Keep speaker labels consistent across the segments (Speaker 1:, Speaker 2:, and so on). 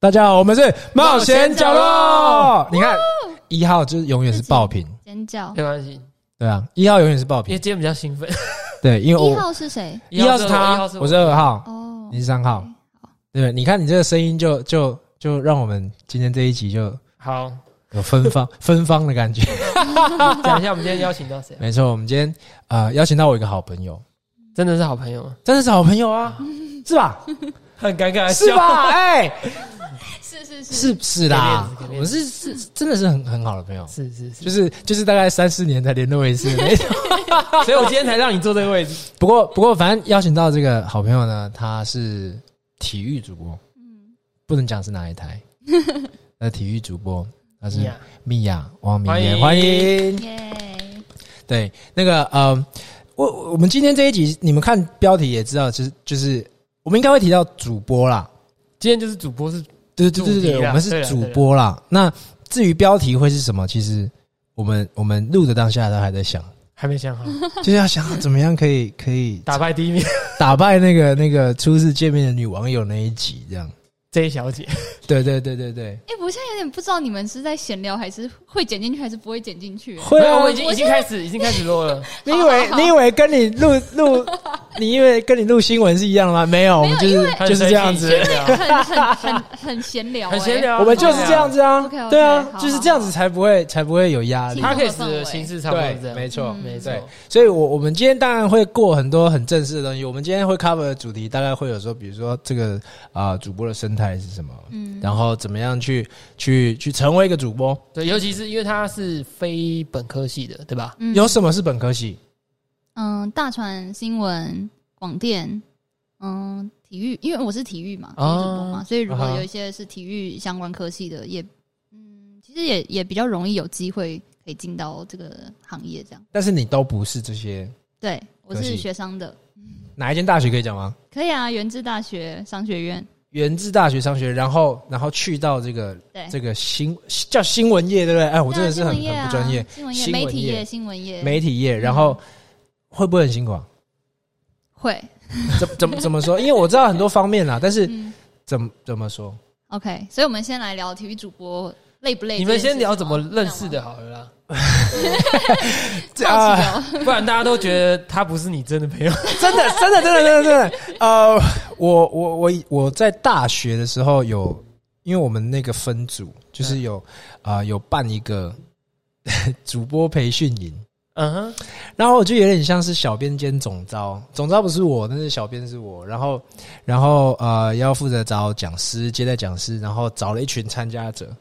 Speaker 1: 大家好，我们是冒险角
Speaker 2: 冒
Speaker 1: 落。你看，一号就是永远是爆品，
Speaker 3: 尖叫
Speaker 2: 没。关系，
Speaker 1: 对啊，一号永远是爆
Speaker 2: 因为
Speaker 1: 品，
Speaker 2: 今天比较兴奋。
Speaker 1: 对，因为
Speaker 3: 一
Speaker 1: 我
Speaker 3: 号是谁？
Speaker 1: 一号是
Speaker 2: 一
Speaker 1: 他
Speaker 2: 号，是
Speaker 1: 我是二号，
Speaker 3: 哦
Speaker 1: 你，是三号，对，你看你这个声音就就就让我们今天这一集就
Speaker 2: 好，
Speaker 1: 有芬芳芬芳的感觉。
Speaker 2: 讲一下我们今天邀请到谁？啊
Speaker 1: 没错，我们今天呃邀请到我一个好朋友，
Speaker 2: 真的是好朋友吗？
Speaker 1: 真的是好朋友啊，是吧？
Speaker 2: 很尴尬，
Speaker 1: 是吧？哎，
Speaker 3: 是是
Speaker 1: 是是啦
Speaker 2: 给面子给，
Speaker 1: 我
Speaker 2: 面子
Speaker 1: 是是真的是很很好的朋友，
Speaker 2: 是是是，
Speaker 1: 就是就是大概三四年才联络一次的那种。
Speaker 2: 所以我今天才让你坐这个位置。
Speaker 1: 不过不过，反正邀请到这个好朋友呢，他是体育主播，
Speaker 3: 嗯，
Speaker 1: 不能讲是哪一 台，那体育主播他是
Speaker 2: 你啊
Speaker 1: 米娅王明
Speaker 2: 欢
Speaker 1: 艳，
Speaker 2: 迎
Speaker 1: 欢迎。
Speaker 3: 耶，
Speaker 1: 对，那个呃，我我们今天这一集，你们看标题也知道，就是就是我们应该会提到主播啦，
Speaker 2: 今天就是主播是
Speaker 1: 对对对
Speaker 2: 主题
Speaker 1: 对，
Speaker 2: 啦
Speaker 1: 我们
Speaker 2: 对啊
Speaker 1: 是
Speaker 2: 啦
Speaker 1: 主播啦。那至于标题会是什么，其实我们我们录的当下都还在想，
Speaker 2: 还没想好，
Speaker 1: 就是要想怎么样可以可以
Speaker 2: 打败第一名
Speaker 1: 打败那个那个初次见面的女网友那一集这样。
Speaker 2: J 小姐，
Speaker 1: 对对对对对，
Speaker 3: 哎，我现在有点不知道你们是在闲聊，还是会剪进去，还是不会剪进去。
Speaker 1: 会
Speaker 2: 没有
Speaker 1: 啊
Speaker 2: 我已！经已经开始已经开始落 了。
Speaker 1: 你以为你以为跟你录录，你以为跟你录新闻是一样的吗？没有，我们就是
Speaker 2: 因为
Speaker 1: 就是这样子，
Speaker 2: 很生气
Speaker 3: 很很很很闲聊，欸
Speaker 2: 很闲。聊，
Speaker 1: 我们就是这样子啊，
Speaker 3: OK，OK，
Speaker 1: 对啊
Speaker 3: 好，好
Speaker 1: 就是这样子才不会才不会有压力
Speaker 3: 好。
Speaker 2: 他可以使的形式差不多是这
Speaker 1: 对，
Speaker 2: 样，
Speaker 1: 没错，
Speaker 3: 嗯
Speaker 2: 没
Speaker 1: 对
Speaker 2: 错。
Speaker 1: 所以我我们今天当然会过很多很正式的东西。我们今天会 cover 的主题大概会有说，比如说这个啊、主播的生态是什么，
Speaker 3: 嗯，
Speaker 1: 然后怎么样去去去成为一个主播，
Speaker 2: 对，尤其是因为他是非本科系的，对吧？
Speaker 3: 嗯
Speaker 1: 有什么是本科系？
Speaker 3: 嗯，大传新闻、广电，嗯，体育，因为我是体育
Speaker 1: 哦
Speaker 3: 嘛，体育主播嘛，
Speaker 2: 啊
Speaker 3: 所以如果
Speaker 1: 啊哈
Speaker 3: 有一些是体育相关科系的，也嗯，其实也也比较容易有机会可以进到这个行业这样。
Speaker 1: 但是你都不是这些，
Speaker 3: 对，我
Speaker 1: 科系
Speaker 3: 是学商的，
Speaker 1: 哪一间大学可以讲吗？
Speaker 3: 可以啊，原治大学商学院，
Speaker 1: 原治大学商学，然后然后去到这个
Speaker 3: 对，
Speaker 1: 这个新叫新闻业，对不对？哎，我真的是很、
Speaker 3: 哎对
Speaker 1: 很
Speaker 3: 啊嗯
Speaker 1: 不专业，，
Speaker 3: 新闻业
Speaker 1: 新
Speaker 3: 啊、新
Speaker 1: 闻
Speaker 3: 闻
Speaker 1: 业
Speaker 3: 业、媒体业、新闻业，
Speaker 1: 媒体业，然后会不会很辛苦啊？
Speaker 3: 会，
Speaker 1: 怎怎么怎么 说？因为我知道很多方面啦，但是
Speaker 3: 嗯
Speaker 1: 怎么怎么说？
Speaker 3: ，OK，所以我们先来聊体育主播累不累？
Speaker 2: 你们先聊怎么认识的，，好了啦，
Speaker 3: 这样吗好奇哦
Speaker 2: 不然大家都觉得他不是你真的朋友。
Speaker 1: 啊真的，真的，真的，真的，真的。呃，我我我我在大学的时候有，因为我们那个分组
Speaker 3: 嗯
Speaker 1: 就是有啊、呃有办一个 主播培训营，
Speaker 2: 嗯哼，
Speaker 1: 然后我就有点像是小编兼总招，总招不是我，但是小编是我。然后，然后呃，要负责找讲师，接待讲师，然后找了一群参加者，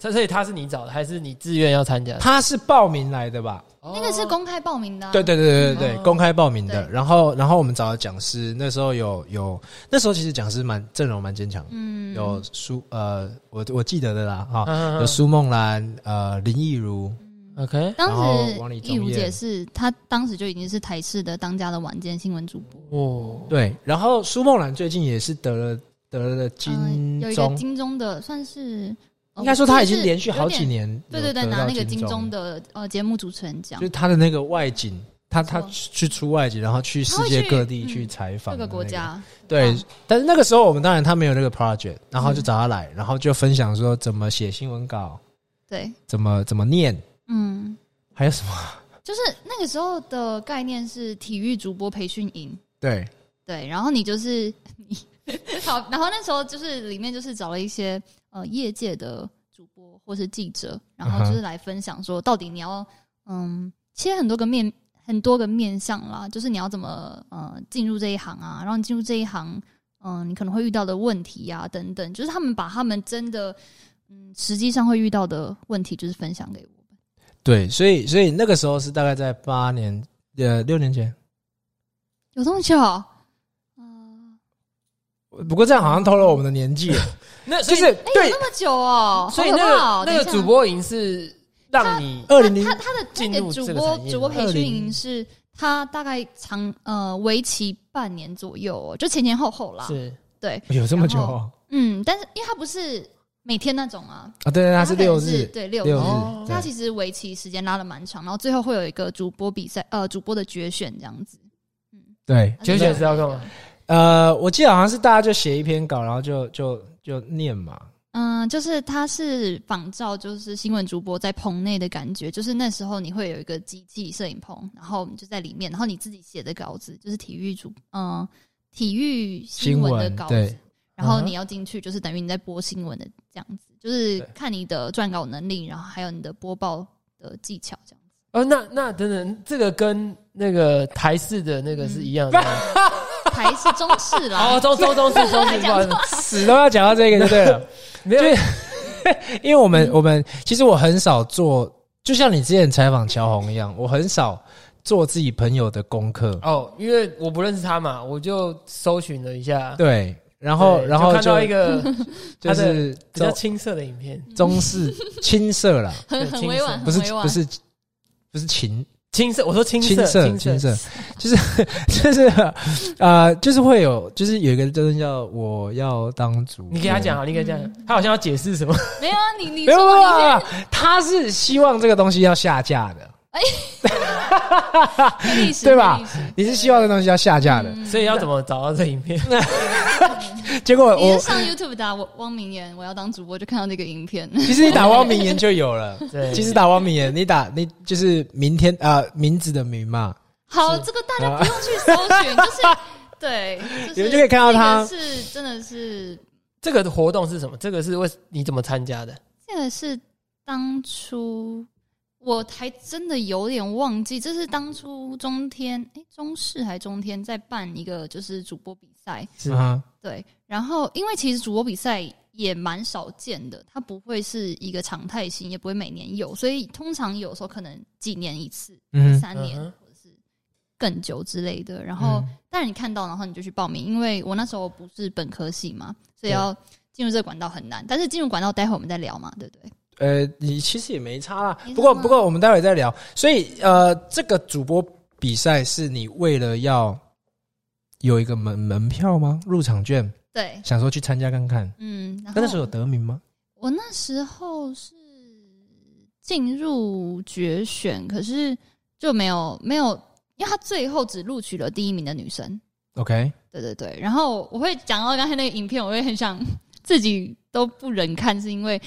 Speaker 2: 所所以他是你找的，还是你自愿要参加的？
Speaker 1: 他是报名来的吧？
Speaker 3: 那个是公开报名的、呃啊，
Speaker 1: 对对对对对，
Speaker 2: 哦
Speaker 1: 公开报名的。
Speaker 3: 对
Speaker 1: 然后，然后我们找了讲师，那时候有有，那时候其实讲师蛮阵容蛮坚强的，
Speaker 3: 嗯，
Speaker 1: 有苏呃，我我记得的啦哈，
Speaker 2: 嗯嗯
Speaker 1: 有苏梦兰，呃，林忆如，
Speaker 2: ，OK，
Speaker 3: 当
Speaker 1: 然后王李
Speaker 3: 时
Speaker 1: 宗
Speaker 3: 易如
Speaker 1: 彦
Speaker 3: 姐是她当时就已经是台视的当家的晚间新闻主播，
Speaker 2: 哦，
Speaker 1: 对。然后苏梦兰最近也是得了得了金
Speaker 3: 嗯，有一个
Speaker 1: 钟，
Speaker 3: 金钟的算是，呃
Speaker 1: 应该说他已经连续
Speaker 3: 有
Speaker 1: 好几
Speaker 3: 点
Speaker 1: 年有
Speaker 3: 对对对，
Speaker 1: 得
Speaker 3: 拿
Speaker 1: 到
Speaker 3: 那个金
Speaker 1: 金
Speaker 3: 钟的呃节目主持人奖
Speaker 1: 就，是他的那个外景，他他
Speaker 3: 没错
Speaker 1: 去出外景，然后去世界各地
Speaker 3: 他会去嗯
Speaker 1: 去采访、
Speaker 3: 各个国。家，
Speaker 1: 对
Speaker 3: 嗯，
Speaker 1: 但是那个时候我们当然他没有那个 project，然后就找他来，然后就分享说怎么写新闻稿，
Speaker 3: 对，
Speaker 1: 怎么怎么念，
Speaker 3: 嗯，
Speaker 1: 还有什么？
Speaker 3: 就是那个时候的概念是体育主播培训营，
Speaker 1: 对，
Speaker 3: 对，然后你就是 你好，然后那时候就是里面就是找了一些呃业界的主播或是记者，然后就是来分享说到底你要嗯切很多个面很多个面向啦，就是你要怎么呃进入这一行啊，然后你进入这一行嗯、呃你可能会遇到的问题呀、等等，就是他们把他们真的嗯实际上会遇到的问题就是分享给我们，
Speaker 1: 对，所以所以那个时候是大概在八年呃六年前，
Speaker 3: 有这么巧？嗯，
Speaker 1: 不过这样好像透露我们的年纪了，
Speaker 2: 那
Speaker 1: 就
Speaker 2: 所以
Speaker 1: 是对
Speaker 3: 哎那么久哦，
Speaker 2: 所以
Speaker 3: 好
Speaker 2: 那
Speaker 3: 可怕哦
Speaker 2: 个那个
Speaker 3: 等一下
Speaker 2: 主播营是让你
Speaker 1: 二零零
Speaker 3: 他他的
Speaker 2: 进
Speaker 3: 那
Speaker 2: 入
Speaker 3: 个主
Speaker 2: 这个
Speaker 3: 播
Speaker 2: 产业
Speaker 3: 哎主播
Speaker 2: 吗
Speaker 3: 培训
Speaker 1: 20
Speaker 3: 营是他大概长呃为期半年左右、哦，就前前后后啦。
Speaker 2: 是
Speaker 3: 对，
Speaker 1: 有这么久
Speaker 3: 然后
Speaker 1: 哦
Speaker 3: 嗯，但是因为他不是每天那种啊，
Speaker 1: 啊？对对，他是
Speaker 3: 可能
Speaker 1: 六
Speaker 3: 是
Speaker 1: 日，
Speaker 3: 对六
Speaker 1: 六
Speaker 3: 日。
Speaker 1: 日
Speaker 2: 哦，
Speaker 3: 他
Speaker 1: 对
Speaker 3: 其实为期时间拉的蛮长，然后最后会有一个主播比赛，呃，主播的决选这样子。
Speaker 1: 对。
Speaker 2: 决选是要干嘛？
Speaker 1: 呃，我记得好像是大家就写一篇稿，然后就就就念嘛，
Speaker 3: 嗯，就是它是仿照就是新闻主播在棚内的感觉，就是那时候你会有一个机器摄影棚，然后你就在里面，然后你自己写的稿子就是体育主嗯体育新闻的
Speaker 1: 新闻
Speaker 3: 稿
Speaker 1: 对
Speaker 3: 子，然后
Speaker 1: 嗯哼
Speaker 3: 你要进去就是等于你在播新闻的这样子，就是
Speaker 1: 对
Speaker 3: 看你的撰稿能力，然后还有你的播报的技巧这样子。
Speaker 2: 哦，那那等等，这个跟那个台式的那个
Speaker 3: 嗯
Speaker 2: 是一样的吗。
Speaker 3: 台是中式 啦，
Speaker 2: 哦，中中中式中式，不好意思
Speaker 1: 死都要讲到这个就对了。
Speaker 2: 没有
Speaker 1: 因为我们我们其实我很少做，就像你之前采访乔红一样，我很少做自己朋友的功课。
Speaker 2: 哦，因为我不认识他嘛，我就搜寻了一下，
Speaker 1: 对，然后
Speaker 2: 对
Speaker 1: 然后
Speaker 2: 看
Speaker 1: 就
Speaker 2: 到一 个
Speaker 1: 就
Speaker 2: 他的
Speaker 1: 是
Speaker 2: 比较
Speaker 1: 中
Speaker 2: 青涩的影片，
Speaker 1: 中 式青色啦，
Speaker 3: 很
Speaker 2: 对
Speaker 3: 很
Speaker 2: 青
Speaker 3: 委
Speaker 2: 涩
Speaker 3: 婉，
Speaker 1: 不
Speaker 3: 很
Speaker 1: 是
Speaker 3: 委婉，
Speaker 1: 不是不是情
Speaker 2: 青涩，我说青涩，
Speaker 1: 色青
Speaker 2: 青涩，
Speaker 1: 色，就是就是呃，就是会有就是有一个真的叫我要当主播，
Speaker 2: 你给他
Speaker 3: 嗯
Speaker 2: 讲啊，你给他讲，他好像要解释什么，
Speaker 3: 没有啊，你你
Speaker 1: 没有，没
Speaker 3: 说
Speaker 1: 有
Speaker 3: 你
Speaker 1: 没有他是希望这个东西要下架的，
Speaker 3: 是历史
Speaker 1: 对吧
Speaker 3: 历史
Speaker 1: 你是希望这个东西要下架
Speaker 3: 嗯
Speaker 1: 的，
Speaker 2: 所以要怎么找到这影片？
Speaker 1: 结果
Speaker 3: 你
Speaker 1: 呃我
Speaker 3: 是上 YouTube 打汪汪明言，我要当主播，就看到那个影片。
Speaker 1: 其实你打汪明言就有 了。
Speaker 2: 对，
Speaker 1: 其实打汪明言，你打你就是明天啊、呃名字的名嘛，
Speaker 3: 好，这个大家不用去搜 寻，就是对，就是
Speaker 1: 啊你们就可以看到他
Speaker 3: 这个是真的是
Speaker 2: 这个活动是什么？这个是为你怎么参加的？
Speaker 3: 这个是当初我还真的有点忘记，这是当初中天哎、中视还中天在办一个就是主播比赛，
Speaker 2: 是
Speaker 1: 啊，
Speaker 3: 对，然后因为其实主播比赛也蛮少见的，它不会是一个常态性，也不会每年有，所以通常有时候可能几年一次，
Speaker 1: 嗯，
Speaker 3: 三年
Speaker 2: 嗯哼
Speaker 3: 或者是更久之类的。然后，
Speaker 1: 嗯
Speaker 3: 但你看到，然后你就去报名，因为我那时候不是本科系嘛，所以要进入这个管道很难。但是进入管道，待会我们再聊嘛，对不对？
Speaker 1: 呃，你其实也没差啦
Speaker 3: 没差。吗啊
Speaker 1: 不过不过我们待会再聊。所以呃，这个主播比赛是你为了要有一个门门票吗？入场券，
Speaker 3: 对，
Speaker 1: 想说去参加看看。
Speaker 3: 嗯，然
Speaker 1: 那那时候有
Speaker 3: 后
Speaker 1: 得名吗？
Speaker 3: 我那时候是进入决选，可是就没有没有，因为他最后只录取了第一名的女生。
Speaker 1: OK，
Speaker 3: 对对对，然后我会讲到刚才那个影片，我会很想自己都不忍看，是因为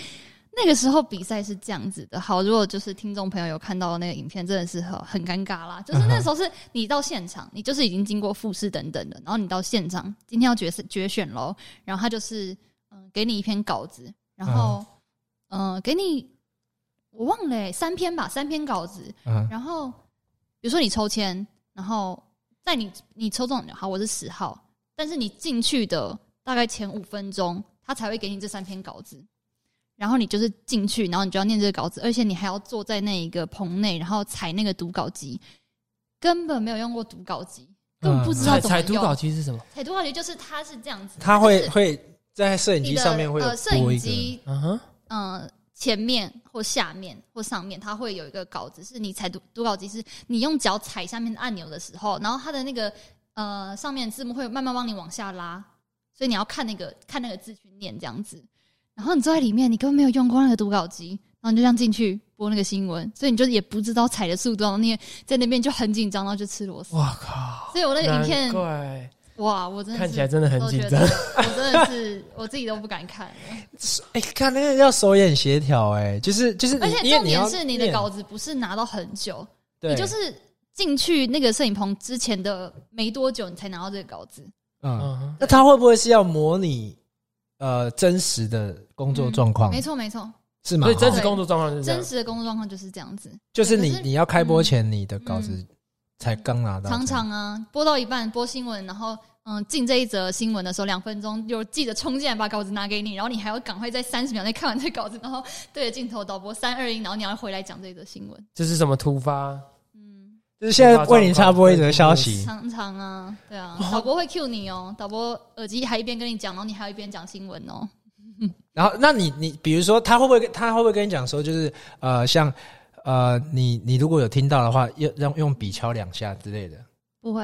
Speaker 3: 那个时候比赛是这样子的。好，如果就是听众朋友有看到那个影片，真的是很很尴尬啦。就是那时候是你到现场，你就是已经经过复试等等的，然后你到现场，今天要决赛决选喽，然后他就是嗯、给你一篇稿子，然后嗯、呃给你我忘了、欸、三篇吧，三篇稿子，
Speaker 1: 嗯
Speaker 3: 然后比如说你抽签，然后在你你抽中好，我是十号，但是你进去的大概前五分钟，他才会给你这三篇稿子。然后你就是进去，然后你就要念这个稿子，而且你还要坐在那一个棚内，然后踩那个读稿机，根本没有用过读稿机，
Speaker 1: 嗯
Speaker 3: 根本不知道
Speaker 2: 采
Speaker 3: 怎么
Speaker 2: 采读
Speaker 3: 用。
Speaker 2: 稿其实是什么？
Speaker 3: 踩读稿机就是它是这样子，
Speaker 1: 他会
Speaker 3: 就是
Speaker 1: 会在摄影
Speaker 3: 你
Speaker 1: 机
Speaker 3: 的
Speaker 1: 上面会有
Speaker 3: 呃摄
Speaker 1: 播
Speaker 3: 影
Speaker 1: 一个
Speaker 3: 机
Speaker 2: 嗯哼，
Speaker 3: 嗯，前面或下面或上面，它会有一个稿子，是你踩读读稿机，是你用脚踩下面按钮的时候，然后它的那个呃上面的字幕会慢慢帮你往下拉，所以你要看那个看那个字去念这样子。然后你坐在里面，你根本没有用过那个读稿机，然后你就这样进去播那个新闻，所以你就也不知道踩的速度，然后你也在那边就很紧张，然后就吃 螺丝。
Speaker 2: 哇靠！
Speaker 3: 所以我那个影
Speaker 2: 难，
Speaker 3: 片
Speaker 2: 怪
Speaker 3: 哇，我真的
Speaker 2: 看起
Speaker 3: 是
Speaker 2: 来真的很
Speaker 3: 都
Speaker 2: 紧
Speaker 3: 觉得
Speaker 2: 张。
Speaker 3: 我真的是我自己都不敢看了。
Speaker 1: 哎、看那个要手眼协调，哎，就是就是你，
Speaker 3: 而且
Speaker 1: 因为
Speaker 3: 重
Speaker 1: 你要
Speaker 3: 点是你的
Speaker 1: 念
Speaker 3: 稿，子不是拿到很久，
Speaker 1: 对，
Speaker 3: 你就是进去那个摄影棚之前的没多久，你才拿到这个稿子。
Speaker 1: 嗯，
Speaker 2: 嗯哼，
Speaker 1: 那他会不会是要模拟呃真实的工作状况？
Speaker 3: 嗯没错没错，
Speaker 1: 是吗？
Speaker 2: 所以真实
Speaker 1: 哦
Speaker 2: 工作状况是这样
Speaker 3: 真。实的工作状况就是这样子。
Speaker 1: 就是
Speaker 3: 对
Speaker 1: 你
Speaker 3: 可是嗯
Speaker 1: 你要开播前，你的稿子才刚拿到，
Speaker 3: 常常啊，播到一半播新闻，然后嗯进这一则新闻的时候，两分钟有记者冲进来把稿子拿给你，然后你还要赶快在三十秒内看完这稿子，然后对着镜头导播三二一，然后你要回来讲这一则新闻。
Speaker 2: 这是什么突发？
Speaker 3: 嗯，
Speaker 1: 就是现在为你插播一则消息，
Speaker 3: 常常啊，对啊，导播会 cue 你哦，导播耳机还一边跟你讲，然后你还要一边讲新闻哦。
Speaker 1: 然后那你你比如说他会不会跟他会不会跟你讲说，就是呃像呃你你如果有听到的话，要让用笔敲两下之类的，
Speaker 3: 不会，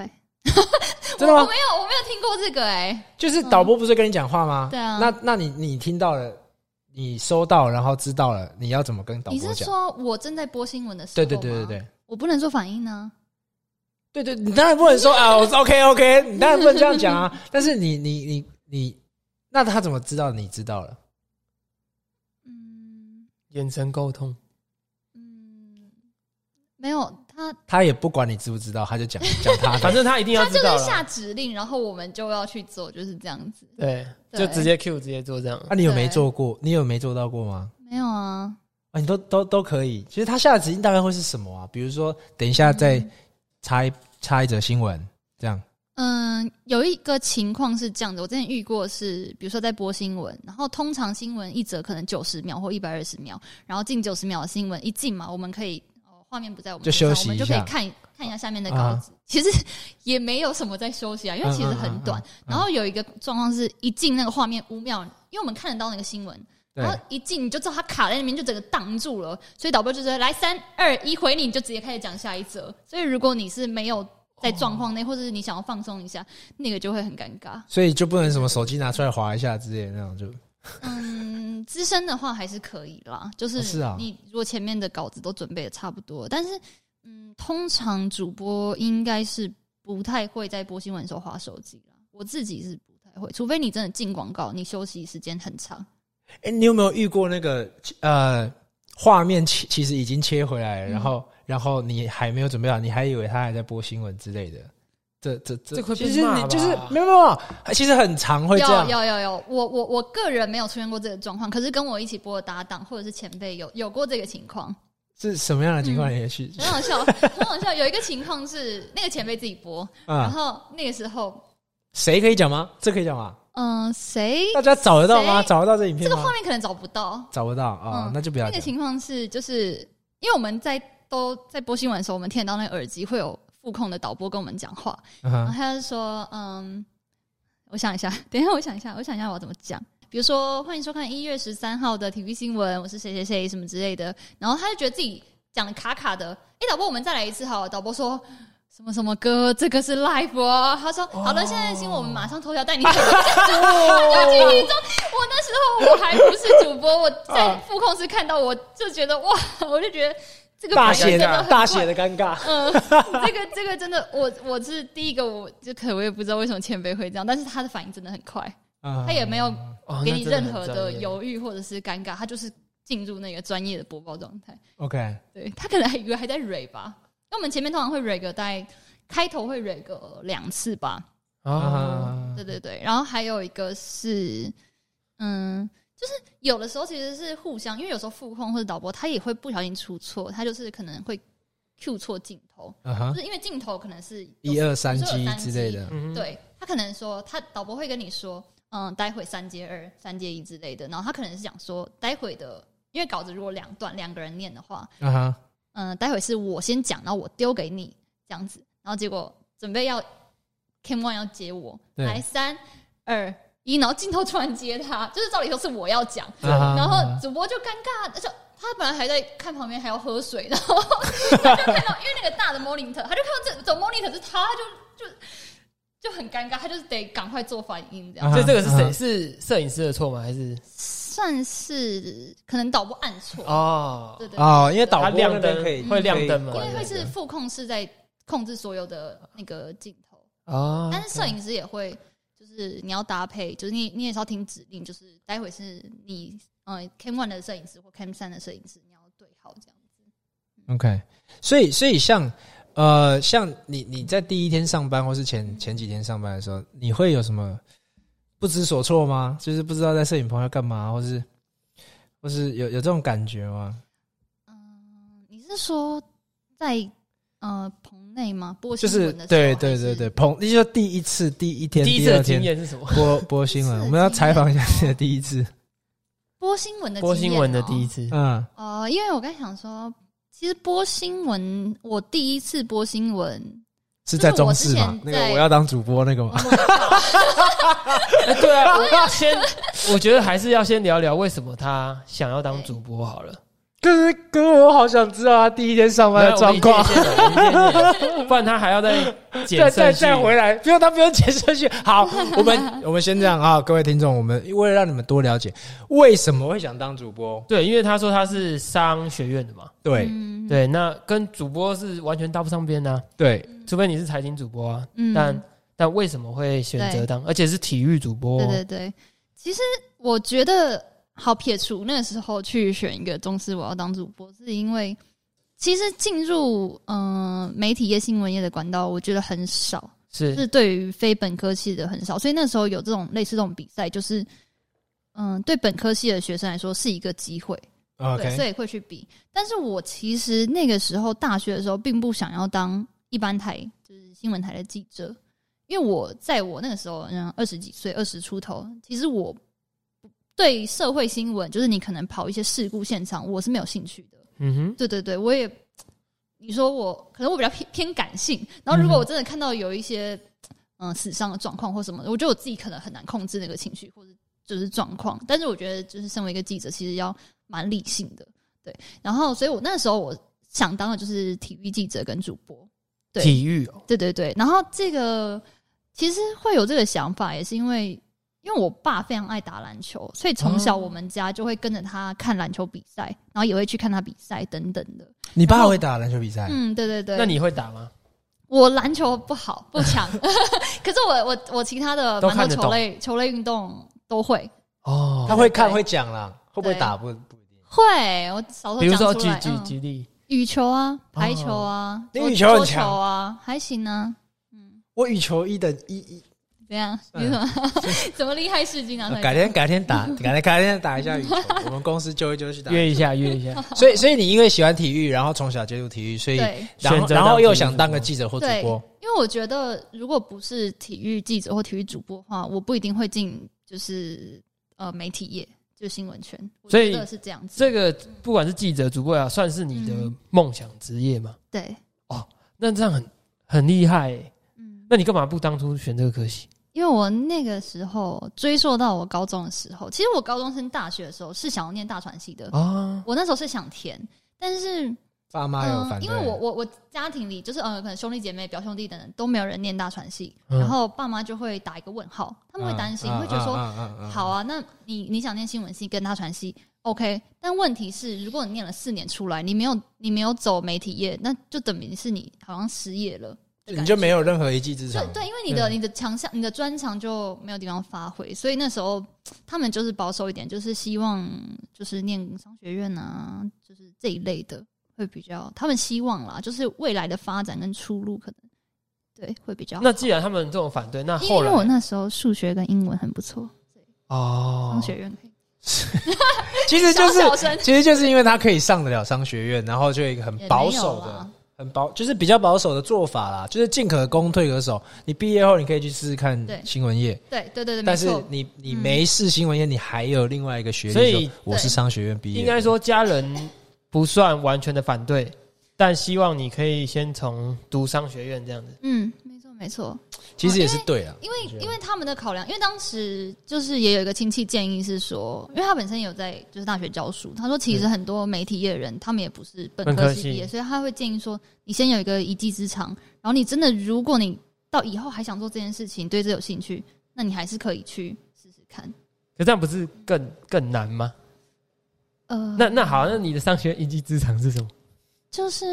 Speaker 1: 真的
Speaker 3: 我
Speaker 1: 吗
Speaker 3: 没？有，我没有听过这个哎、
Speaker 1: 就是导播不是跟你讲话吗？
Speaker 3: 对啊
Speaker 1: 那那你你听到了，你收到然后知道了，你要怎么跟导
Speaker 3: 你
Speaker 1: 播
Speaker 3: 是
Speaker 1: 讲？
Speaker 3: 说我正在播新闻的时候
Speaker 1: 对
Speaker 3: 吗
Speaker 1: 对对对对。
Speaker 3: 我不能做反应呢、
Speaker 1: 对对，你当然不能 说啊，我是 OK OK，你当然不 能这样讲啊。但是你你你你，那他怎么知道你知道了？
Speaker 2: 眼神沟通，
Speaker 3: 嗯，没有，他
Speaker 1: 他也不管你知不知道，他就讲讲他的。
Speaker 2: 反正他一定要
Speaker 3: 他就
Speaker 2: 知道
Speaker 3: 是
Speaker 2: 了
Speaker 3: 下。指令，然后我们就要去做，就是这样子。
Speaker 2: 对，就
Speaker 3: 对
Speaker 2: 直接 Q 直接做这样。
Speaker 1: 啊，你有没
Speaker 3: 对
Speaker 1: 做过？你有没做到过吗？
Speaker 3: 没有啊，
Speaker 1: 啊，你都都都可以。其实他下的指令大概会是什么啊？比如说，等一下再插一插一则新闻，这样。
Speaker 3: 嗯，有一个情况是这样的，我之前遇过是，比如说在播新闻，然后通常新闻一则可能九十秒或一百二十秒，然后近九十秒的新闻一进嘛，我们可以呃画面不在我们
Speaker 1: 就
Speaker 3: 手上
Speaker 1: 休息
Speaker 3: 我们就
Speaker 1: 一
Speaker 3: 可
Speaker 1: 下
Speaker 3: 以看看一下下面的稿
Speaker 1: 啊
Speaker 3: 子。其实也没有什么在休息啊，因为其实很短。
Speaker 1: 嗯
Speaker 3: 然后有一个状况是，一进那个画面五秒，因为我们看得到那个新闻，
Speaker 1: 对
Speaker 3: 然后一进你就知道它卡在那边，就整个挡住了。所以导播就说：“来三二一，回你，你就直接开始讲下一则。”所以如果你是没有在状况内，或者是你想要放松一下，那个就会很尴尬。
Speaker 1: 所以就不能什么手机拿出来划一下之类的那种，就
Speaker 3: 嗯，资深的话还是可以啦，就是
Speaker 1: 哦是啊
Speaker 3: 你如果前面的稿子都准备的差不多，但是嗯，通常主播应该是不太会在播新闻的时候划手机啦。我自己是不太会，除非你真的进广告，你休息时间很长。
Speaker 1: 哎、你有没有遇过那个呃，画面其其实已经切回来了，
Speaker 3: 嗯
Speaker 1: 然后然后你还没有准备好，你还以为他还在播新闻之类的，这这这
Speaker 2: 这会被
Speaker 1: 其实
Speaker 2: 骂
Speaker 1: 你
Speaker 2: 吧
Speaker 1: 就是没有没有，其实很常会这
Speaker 3: 有
Speaker 1: 样。
Speaker 3: 有有有，我我我个人没有出现过这个状况，可是跟我一起播的搭档或者是前辈有有过这个情况，
Speaker 1: 是什么样的情
Speaker 3: 嗯
Speaker 1: 况？也许啊
Speaker 3: 很 好笑，很好笑。有一个情况是那个前辈自己播，然
Speaker 1: 啊，
Speaker 3: 后那个时候，
Speaker 1: 谁可以讲吗？这可以讲吗？
Speaker 3: 嗯、谁
Speaker 1: 大家找得到吗？
Speaker 3: 谁
Speaker 1: 找得到这影片
Speaker 3: 这个
Speaker 1: 吗
Speaker 3: 画？面可能找不到，
Speaker 1: 找不到啊，
Speaker 3: 嗯
Speaker 1: 那就不要
Speaker 3: 那个
Speaker 1: 讲。
Speaker 3: 情况是，就是因为我们在都在播新闻的时候，我们听得到那个耳机会有副控的导播跟我们讲话，
Speaker 1: 嗯
Speaker 3: 然后
Speaker 1: 哼
Speaker 3: 他就说，嗯，我想一下，等一下，我想一下，我想一下我要怎么讲。比如说，欢迎收看一月十三号的体育新闻，我是谁谁谁什么之类的。然后他就觉得自己讲的卡卡的。哎、导播，我们再来一次好了。导播说什么什么歌，这个是 live 哦。他说好的，现在的新闻我们马上头条带
Speaker 1: 哦
Speaker 3: 你。要进行中，我那时候我还不是主播，我在
Speaker 1: 嗯
Speaker 3: 副控室看到，我就觉得哇，我就觉得这个
Speaker 1: 大
Speaker 3: 反应
Speaker 1: 写
Speaker 3: 真的
Speaker 1: 的
Speaker 3: 很
Speaker 1: 大
Speaker 3: 快
Speaker 1: 写的尴尬，
Speaker 3: 嗯， 这个这个真的，我我是第一个，我就可我也不知道为什么前辈会这样，但是他的反应真的很快，
Speaker 1: 嗯
Speaker 3: 他也没有
Speaker 2: 哦
Speaker 3: 给你任
Speaker 2: 那
Speaker 3: 何的。
Speaker 2: 真很专业哦
Speaker 3: 犹豫或者是尴尬，他就是进入那个专业的播报状态。
Speaker 1: OK。
Speaker 3: 对他可能还以为还在蕊吧，那我们前面通常会蕊个大概开头会蕊个两次吧，
Speaker 2: 啊，
Speaker 1: 啊
Speaker 3: 哦对对对，然后还有一个是，嗯，就是有的时候其实是互相，因为有时候副控或者导播他也会不小心出错，他就是可能会 Q 错镜头。
Speaker 1: 嗯
Speaker 3: 就
Speaker 2: 啊
Speaker 1: 哼，
Speaker 3: 是因为镜头可能是有
Speaker 1: 一二三
Speaker 3: 有时候有
Speaker 1: 机
Speaker 3: 三
Speaker 1: 之类的，
Speaker 2: 嗯哼，
Speaker 3: 对他可能说，他导播会跟你说，嗯，待会三接二、三接一之类的，然后他可能是讲说，待会的，因为稿子如果两段两个人念的话，
Speaker 1: 嗯哼，
Speaker 3: 嗯，待会是我先讲，然后我丢给你这样子，然后结果准备要 Cam One 要接我，
Speaker 1: 对
Speaker 3: 来三二一，然后镜头突然接他，就是照理说是我要讲，
Speaker 1: 啊哈
Speaker 3: 然
Speaker 1: 啊
Speaker 3: 后
Speaker 1: 哈
Speaker 3: 主播就尴尬，而且他本来还在看旁边还要喝水，然后 他就看到因为那个大的 monitor，他就看到这走 monitor 是他，就就就很尴尬，他就是得赶快做反应这样，
Speaker 1: 啊哈
Speaker 2: 所以这个是
Speaker 1: 啊
Speaker 2: 谁？
Speaker 1: 哈
Speaker 2: 是摄影师的错吗？还是
Speaker 3: 算是可能导播按错，
Speaker 2: 哦？
Speaker 3: 对对对
Speaker 1: 哦，因为导
Speaker 2: 它
Speaker 1: 播那
Speaker 2: 亮
Speaker 1: 边可以
Speaker 2: 灯会亮灯吗？
Speaker 3: 因为
Speaker 2: 对
Speaker 3: 会
Speaker 2: 不对
Speaker 3: 是副控是在控制所有的那个镜头。
Speaker 2: 哦，
Speaker 3: 但是摄影师也会，就是你要搭配，就是你你也是要听指令，就是待会是你呃 Cam One 的摄影师或 Cam 三的摄影师，你要对好这样子。
Speaker 1: OK，所以所以像呃，像你你在第一天上班或是前前几天上班的时候，你会有什么不知所措吗？就是不知道在摄影棚要干嘛，或是或是有有这种感觉吗？
Speaker 3: 嗯，你是说在呃棚内吗？播
Speaker 1: 就
Speaker 3: 新
Speaker 1: 是
Speaker 3: 闻的时候嗯
Speaker 1: 对
Speaker 3: 还
Speaker 1: 对
Speaker 3: 是
Speaker 1: 对对，棚，那就第一次第一天
Speaker 2: 第一次
Speaker 1: 第
Speaker 2: 的
Speaker 1: 二
Speaker 2: 经
Speaker 1: 天
Speaker 2: 验是什么？
Speaker 1: 播播新闻，
Speaker 3: 第一次的
Speaker 1: 我们要采访一下
Speaker 3: 经验
Speaker 1: 你的第一次，
Speaker 3: 播新闻的
Speaker 2: 播
Speaker 3: 经
Speaker 2: 新
Speaker 3: 验
Speaker 2: 闻的
Speaker 3: 哦
Speaker 2: 第一次，
Speaker 1: 嗯
Speaker 3: 哦、因为我刚想说，其实播新闻，我第一次播新闻，
Speaker 1: 是在
Speaker 3: 就是我
Speaker 1: 中
Speaker 3: 之
Speaker 1: 视
Speaker 3: 前
Speaker 1: 嘛？那个
Speaker 3: 在
Speaker 1: 我要当主播那
Speaker 2: 哦
Speaker 1: 个嘛？
Speaker 2: 哎，对啊，我要先，我觉得还是要先聊聊为什么他想要当主播好了。
Speaker 1: 可是可是我好想知道他第一天上班
Speaker 2: 没有
Speaker 1: 的状况。，
Speaker 2: 我们一件一件聊我们一件一件聊不然他还要再
Speaker 1: 再
Speaker 2: 剪
Speaker 1: 再
Speaker 2: 顺序
Speaker 1: 再。回来，不用他不用剪顺序。 好，我 们我们先这样啊，各位听众，我们为了让你们多了解为什么会想当主播，
Speaker 2: 对，因为他说他是商学院的嘛，
Speaker 1: 对、
Speaker 3: 嗯，
Speaker 2: 对，那跟主播是完全搭不上边的啊、
Speaker 1: 对，
Speaker 2: 除非你是财经主播啊。
Speaker 3: 嗯
Speaker 2: 但但为什么会选择当，而且是体育主播
Speaker 3: 对
Speaker 2: 哦？
Speaker 3: 对对，其实我觉得好撇除那个时候去选一个公司，我要当主播，是因为其实进入嗯、呃媒体业、新闻业的管道，我觉得很少，就是是对于非本科系的很少，所以那时候有这种类似这种比赛，就是嗯、对本科系的学生来说是一个机会。对，所
Speaker 1: ，OK，
Speaker 3: 以会去比。但是我其实那个时候大学的时候，并不想要当一般台，就是新闻台的记者，因为我在我那个时候，嗯，二十几岁，二十出头，其实我不对社会新闻，就是你可能跑一些事故现场，我是没有兴趣的。
Speaker 2: 嗯哼，
Speaker 3: 对对对，我也，你说我可能我比较偏偏感性，然后如果我真的看到有一些嗯、呃死伤的状况或什么的，我觉得我自己可能很难控制那个情绪或者就是状况。但是我觉得，就是身为一个记者，其实要蛮理性的，对。然后，所以我那时候我想当的就是体育记者跟主播，对
Speaker 2: 体育哦，
Speaker 3: 对对对。然后这个其实会有这个想法，也是因为。因为我爸非常爱打篮球，所以从小
Speaker 2: 哦
Speaker 3: 我们家就会跟着他看篮球比赛，然后也会去看他比赛等等的。
Speaker 1: 你爸会打篮球比赛？
Speaker 3: 嗯，对对对。
Speaker 2: 哎那你会打吗？
Speaker 3: 我篮球不好 不强，可是我我我其他的
Speaker 2: 都
Speaker 3: 蛮
Speaker 2: 看
Speaker 3: 多
Speaker 2: 得
Speaker 3: 球类球类运动都会，
Speaker 2: 哦
Speaker 1: 他会看
Speaker 3: 对
Speaker 1: 会讲啦，会不会
Speaker 3: 对
Speaker 1: 打不不一定。
Speaker 3: 会我少数
Speaker 2: 嗯比如
Speaker 3: 讲
Speaker 2: 说
Speaker 3: 出
Speaker 2: 举
Speaker 3: 来。
Speaker 2: 举哦
Speaker 3: 嗯，
Speaker 2: 举例，
Speaker 3: 羽球啊，排球啊，
Speaker 1: 你
Speaker 3: 桌
Speaker 1: 羽球很
Speaker 3: 桌
Speaker 1: 强
Speaker 3: 球啊，还行啊。嗯，
Speaker 1: 我羽球一等一一，
Speaker 3: 怎
Speaker 1: 嗯
Speaker 3: 样？
Speaker 2: 哎
Speaker 3: 你怎么 怎么厉害啊事迹拿出来
Speaker 1: 改天改天 打，改天改天打一下羽球。我们公司揪一揪去打。
Speaker 2: 约一下约一下，
Speaker 1: 所以所以你因为喜欢体育，然后从小接触体育，所以
Speaker 3: 对，
Speaker 1: 然
Speaker 2: 选
Speaker 1: 后
Speaker 2: 择
Speaker 1: 然
Speaker 2: 当
Speaker 1: 后
Speaker 2: 体
Speaker 1: 又
Speaker 2: 育
Speaker 1: 想
Speaker 2: 主
Speaker 1: 当
Speaker 2: 播
Speaker 1: 个记者或主
Speaker 3: 对
Speaker 1: 播。
Speaker 3: 因为我觉得如果不是体育记者或体育主播的话，我不一定会进就是呃媒体业，就新闻圈。我
Speaker 2: 所以
Speaker 3: 觉得是这样子，
Speaker 2: 这个不管是记者、主播啊，算是你的
Speaker 3: 嗯
Speaker 2: 梦想职业嘛？
Speaker 3: 对，
Speaker 2: 那这样很很厉害欸，
Speaker 3: 嗯。
Speaker 2: 那你干嘛不当初选这个科系？
Speaker 3: 因为我那个时候追溯到我高中的时候，其实我高中升大学的时候是想要念大传系
Speaker 1: 哦
Speaker 3: 的，
Speaker 2: 啊，
Speaker 3: 我那时候是想填，但是
Speaker 1: 爸妈有
Speaker 3: 嗯、
Speaker 1: 哎反对，
Speaker 3: 因为我我我家庭里就是嗯、呃可能兄弟姐妹、表兄弟等等都没有人念大传系，
Speaker 2: 嗯
Speaker 3: 然后爸妈就会打一个问号，
Speaker 1: 嗯
Speaker 3: 他们会担心，会觉得说，
Speaker 1: 说
Speaker 3: 好，啊，那你你想念新闻系跟大传系，OK，但问题是，如果你念了四年出来，你没有你没有走媒体业，那就等于是你好像失业了的感觉，
Speaker 1: 你就没有任何一技之长
Speaker 3: 对。对，因为你的
Speaker 2: 嗯
Speaker 3: 你的强项、你的专长就没有地方发挥，所以那时候他们就是保守一点，就是希望就是念商学院啊，就是这一类的会比较，他们希望啦，就是未来的发展跟出路可能对会比较好。
Speaker 2: 那既然他们这种反对，那
Speaker 3: 因为
Speaker 2: 后
Speaker 3: 因为我
Speaker 2: 来
Speaker 3: 那时候数学跟英文很不错，
Speaker 2: 哦
Speaker 3: 商，学院可以。
Speaker 1: 其实就是
Speaker 3: 小小生
Speaker 1: 其实就是因为他可以上得了商学院，然后就有一个很
Speaker 3: 也没
Speaker 1: 保
Speaker 3: 有
Speaker 1: 守的
Speaker 3: 啦。
Speaker 1: 很保就是比较保守的做法啦，就是进可攻退可守。你毕业后你可以去试试看
Speaker 3: 对
Speaker 1: 新闻业，
Speaker 3: 对对对对，没
Speaker 1: 但是
Speaker 3: 错。
Speaker 1: 你你没试新闻业，你还有另外一个学历，
Speaker 2: 所以
Speaker 1: 说我是商学院毕业的。
Speaker 2: 应该说家人不算完全的反对，但希望你可以先从读商学院这样子。
Speaker 3: 嗯，没错没错。
Speaker 1: 其实也是对啊，
Speaker 3: 因为因为他们的考量，因为当时就是也有一个亲戚建议是说，因为他本身有在就是大学教书，他说其实很多媒体业人他们也不是本
Speaker 2: 本科
Speaker 3: 嗯科
Speaker 2: 系
Speaker 3: 系毕业，所以他会建议说，你先有一个一技之长，然后你真的如果你到以后还想做这件事情，对这有兴趣，那你还是可以去试试看。
Speaker 2: 可这样不是更更难吗？
Speaker 3: 呃，
Speaker 2: 那那好，那你的商学院一技之长是什么？
Speaker 3: 就是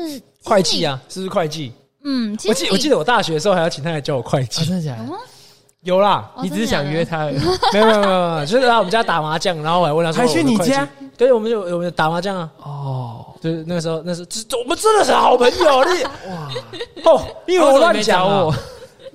Speaker 1: 会计
Speaker 3: 啊，
Speaker 1: 啊，是不是会计？
Speaker 3: 嗯，其
Speaker 1: 我
Speaker 3: 实
Speaker 1: 记
Speaker 3: 你
Speaker 1: 我记得我大学的时候还要请他来教我会
Speaker 2: 啊，
Speaker 1: 计，
Speaker 2: 真的假
Speaker 3: 有
Speaker 2: 的？
Speaker 3: 吗？
Speaker 1: 有啦，
Speaker 3: 嗯哦
Speaker 2: 你只是想约，他而已，
Speaker 1: 没有没有没有，没有，就是来我们家打麻将，然后我还问他说，
Speaker 2: 还去你家？？
Speaker 1: 对，我们就我们就打麻将啊，
Speaker 2: 哦，
Speaker 1: 就是那个时候，那时候这我们真的是好朋 友，你
Speaker 2: 哇！
Speaker 1: 哦，你以为我乱讲
Speaker 2: 我
Speaker 3: 哦
Speaker 1: 啊？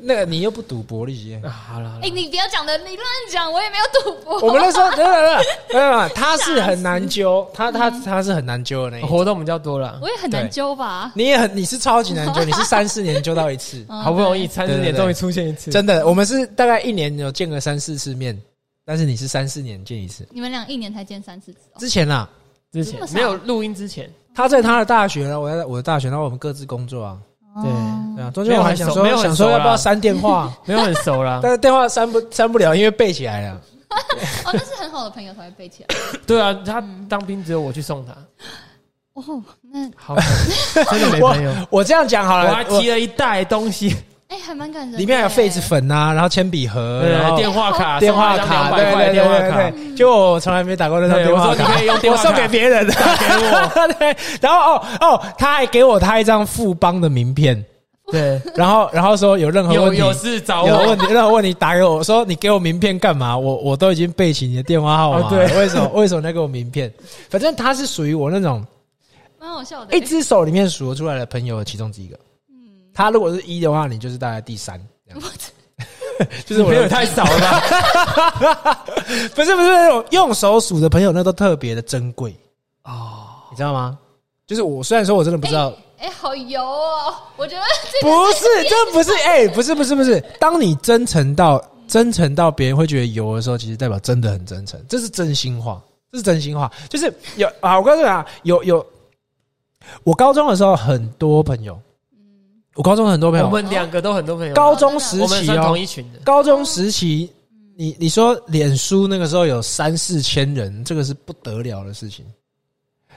Speaker 1: 那个你又不赌博，你
Speaker 2: 啊，好了，好了
Speaker 3: 真的假的哎、你不要讲的，你乱讲，我也没有赌博。
Speaker 1: 我们那时 候，没有没有没有，他是很难揪，他他
Speaker 2: 嗯
Speaker 1: 他是很难揪
Speaker 3: 哎
Speaker 1: 的那一种，
Speaker 2: 活动比较多了
Speaker 3: 我，也很难揪吧，
Speaker 1: 你也很你是超级 难揪，你是三四年揪到一次，
Speaker 3: 嗯
Speaker 2: 哦好不容易
Speaker 3: 对
Speaker 2: 三十年
Speaker 1: 对对对
Speaker 2: 终于出现一次，
Speaker 1: 真的，我们是大概一年有见个三四次面，但是你是三四年见一次。
Speaker 3: 你们俩一年才见三次次、哦，
Speaker 1: 之前啦，
Speaker 2: 之
Speaker 3: 这
Speaker 2: 前
Speaker 3: 么少
Speaker 2: 没有录音之前，
Speaker 1: 他在他的大学然后我在我的大学，然后我们各自工作啊，
Speaker 2: 对
Speaker 3: 哦
Speaker 1: 对啊，中间我还想说
Speaker 2: 没有很熟
Speaker 1: 想说
Speaker 2: 没有很熟啦
Speaker 1: 要不要删电 话，
Speaker 2: 没有很熟啦。
Speaker 1: 但是电话删不删不了，因为背起来了。
Speaker 3: 哦，那是很好的朋友才会背起来。
Speaker 2: 对啊，他当兵只有我去送他，
Speaker 3: 哦，那
Speaker 2: 好可怜，真的
Speaker 1: 哎
Speaker 2: 没朋友。
Speaker 1: 我这样讲好
Speaker 2: 我
Speaker 1: 了
Speaker 2: 还，
Speaker 1: 我
Speaker 2: 提了一袋东西，
Speaker 3: 哎、还蛮感人的。
Speaker 1: 里面还有痱子粉啊，然后铅笔盒，然后
Speaker 2: 对，电话卡，
Speaker 1: 哦电话
Speaker 2: 送他一张
Speaker 1: 卡，
Speaker 2: 200
Speaker 1: 对
Speaker 2: 块
Speaker 1: 对
Speaker 2: 电话
Speaker 1: 对
Speaker 2: 卡
Speaker 1: 对，对，就我从来没打过那张
Speaker 2: 对
Speaker 1: 电
Speaker 2: 我
Speaker 1: 话
Speaker 2: 说
Speaker 1: 卡，
Speaker 2: 你可以用电
Speaker 1: 我
Speaker 2: 话卡
Speaker 1: 送给别人的，
Speaker 2: 给我
Speaker 1: 对，然后哦哦，他还给我他一张富邦的名片，
Speaker 2: 对，
Speaker 1: 然后然后说有任何
Speaker 2: 有
Speaker 1: 问题。
Speaker 2: 有事找
Speaker 1: 有
Speaker 2: 我
Speaker 1: 问。题，任何问题打给我，我说你给我名片干嘛？我我都已经背起你的电话号码了，
Speaker 2: 啊对
Speaker 1: 为什么为什么那个我名片？反正他是属于我那种
Speaker 3: 蛮好笑的、
Speaker 1: 一只手里面数得出来的朋友的其中之一个。
Speaker 3: 嗯，
Speaker 1: 他如果是一的话，你就是大概第三，这样 就是
Speaker 2: 你
Speaker 1: 我
Speaker 2: 朋
Speaker 1: 的
Speaker 2: 友太少了吧？
Speaker 1: 不是不是那种用手数的朋友，那都特别的珍贵，
Speaker 2: 哦，
Speaker 1: 你知道吗？就是我虽然说我真的不知道，
Speaker 3: 哎、好油哦！我觉得这个
Speaker 1: 不是这 不是哎、不是不是不是，当你真诚到真诚到别人会觉得油的时候，其实代表真的很真诚，这是真心话，这是真心话。就是有啊，我告诉你啊，有有，我高中的时候很多朋友，
Speaker 3: 嗯
Speaker 1: 我高中很多朋
Speaker 2: 我
Speaker 1: 友，
Speaker 2: 们两个都很多朋友，
Speaker 1: 高中时
Speaker 2: 我们
Speaker 1: 期
Speaker 2: 算
Speaker 1: 哦
Speaker 2: 同，一群的。
Speaker 1: 高中时期，
Speaker 3: 嗯
Speaker 1: 你你说脸书那个时候有三四千人，这个是不得了的事情。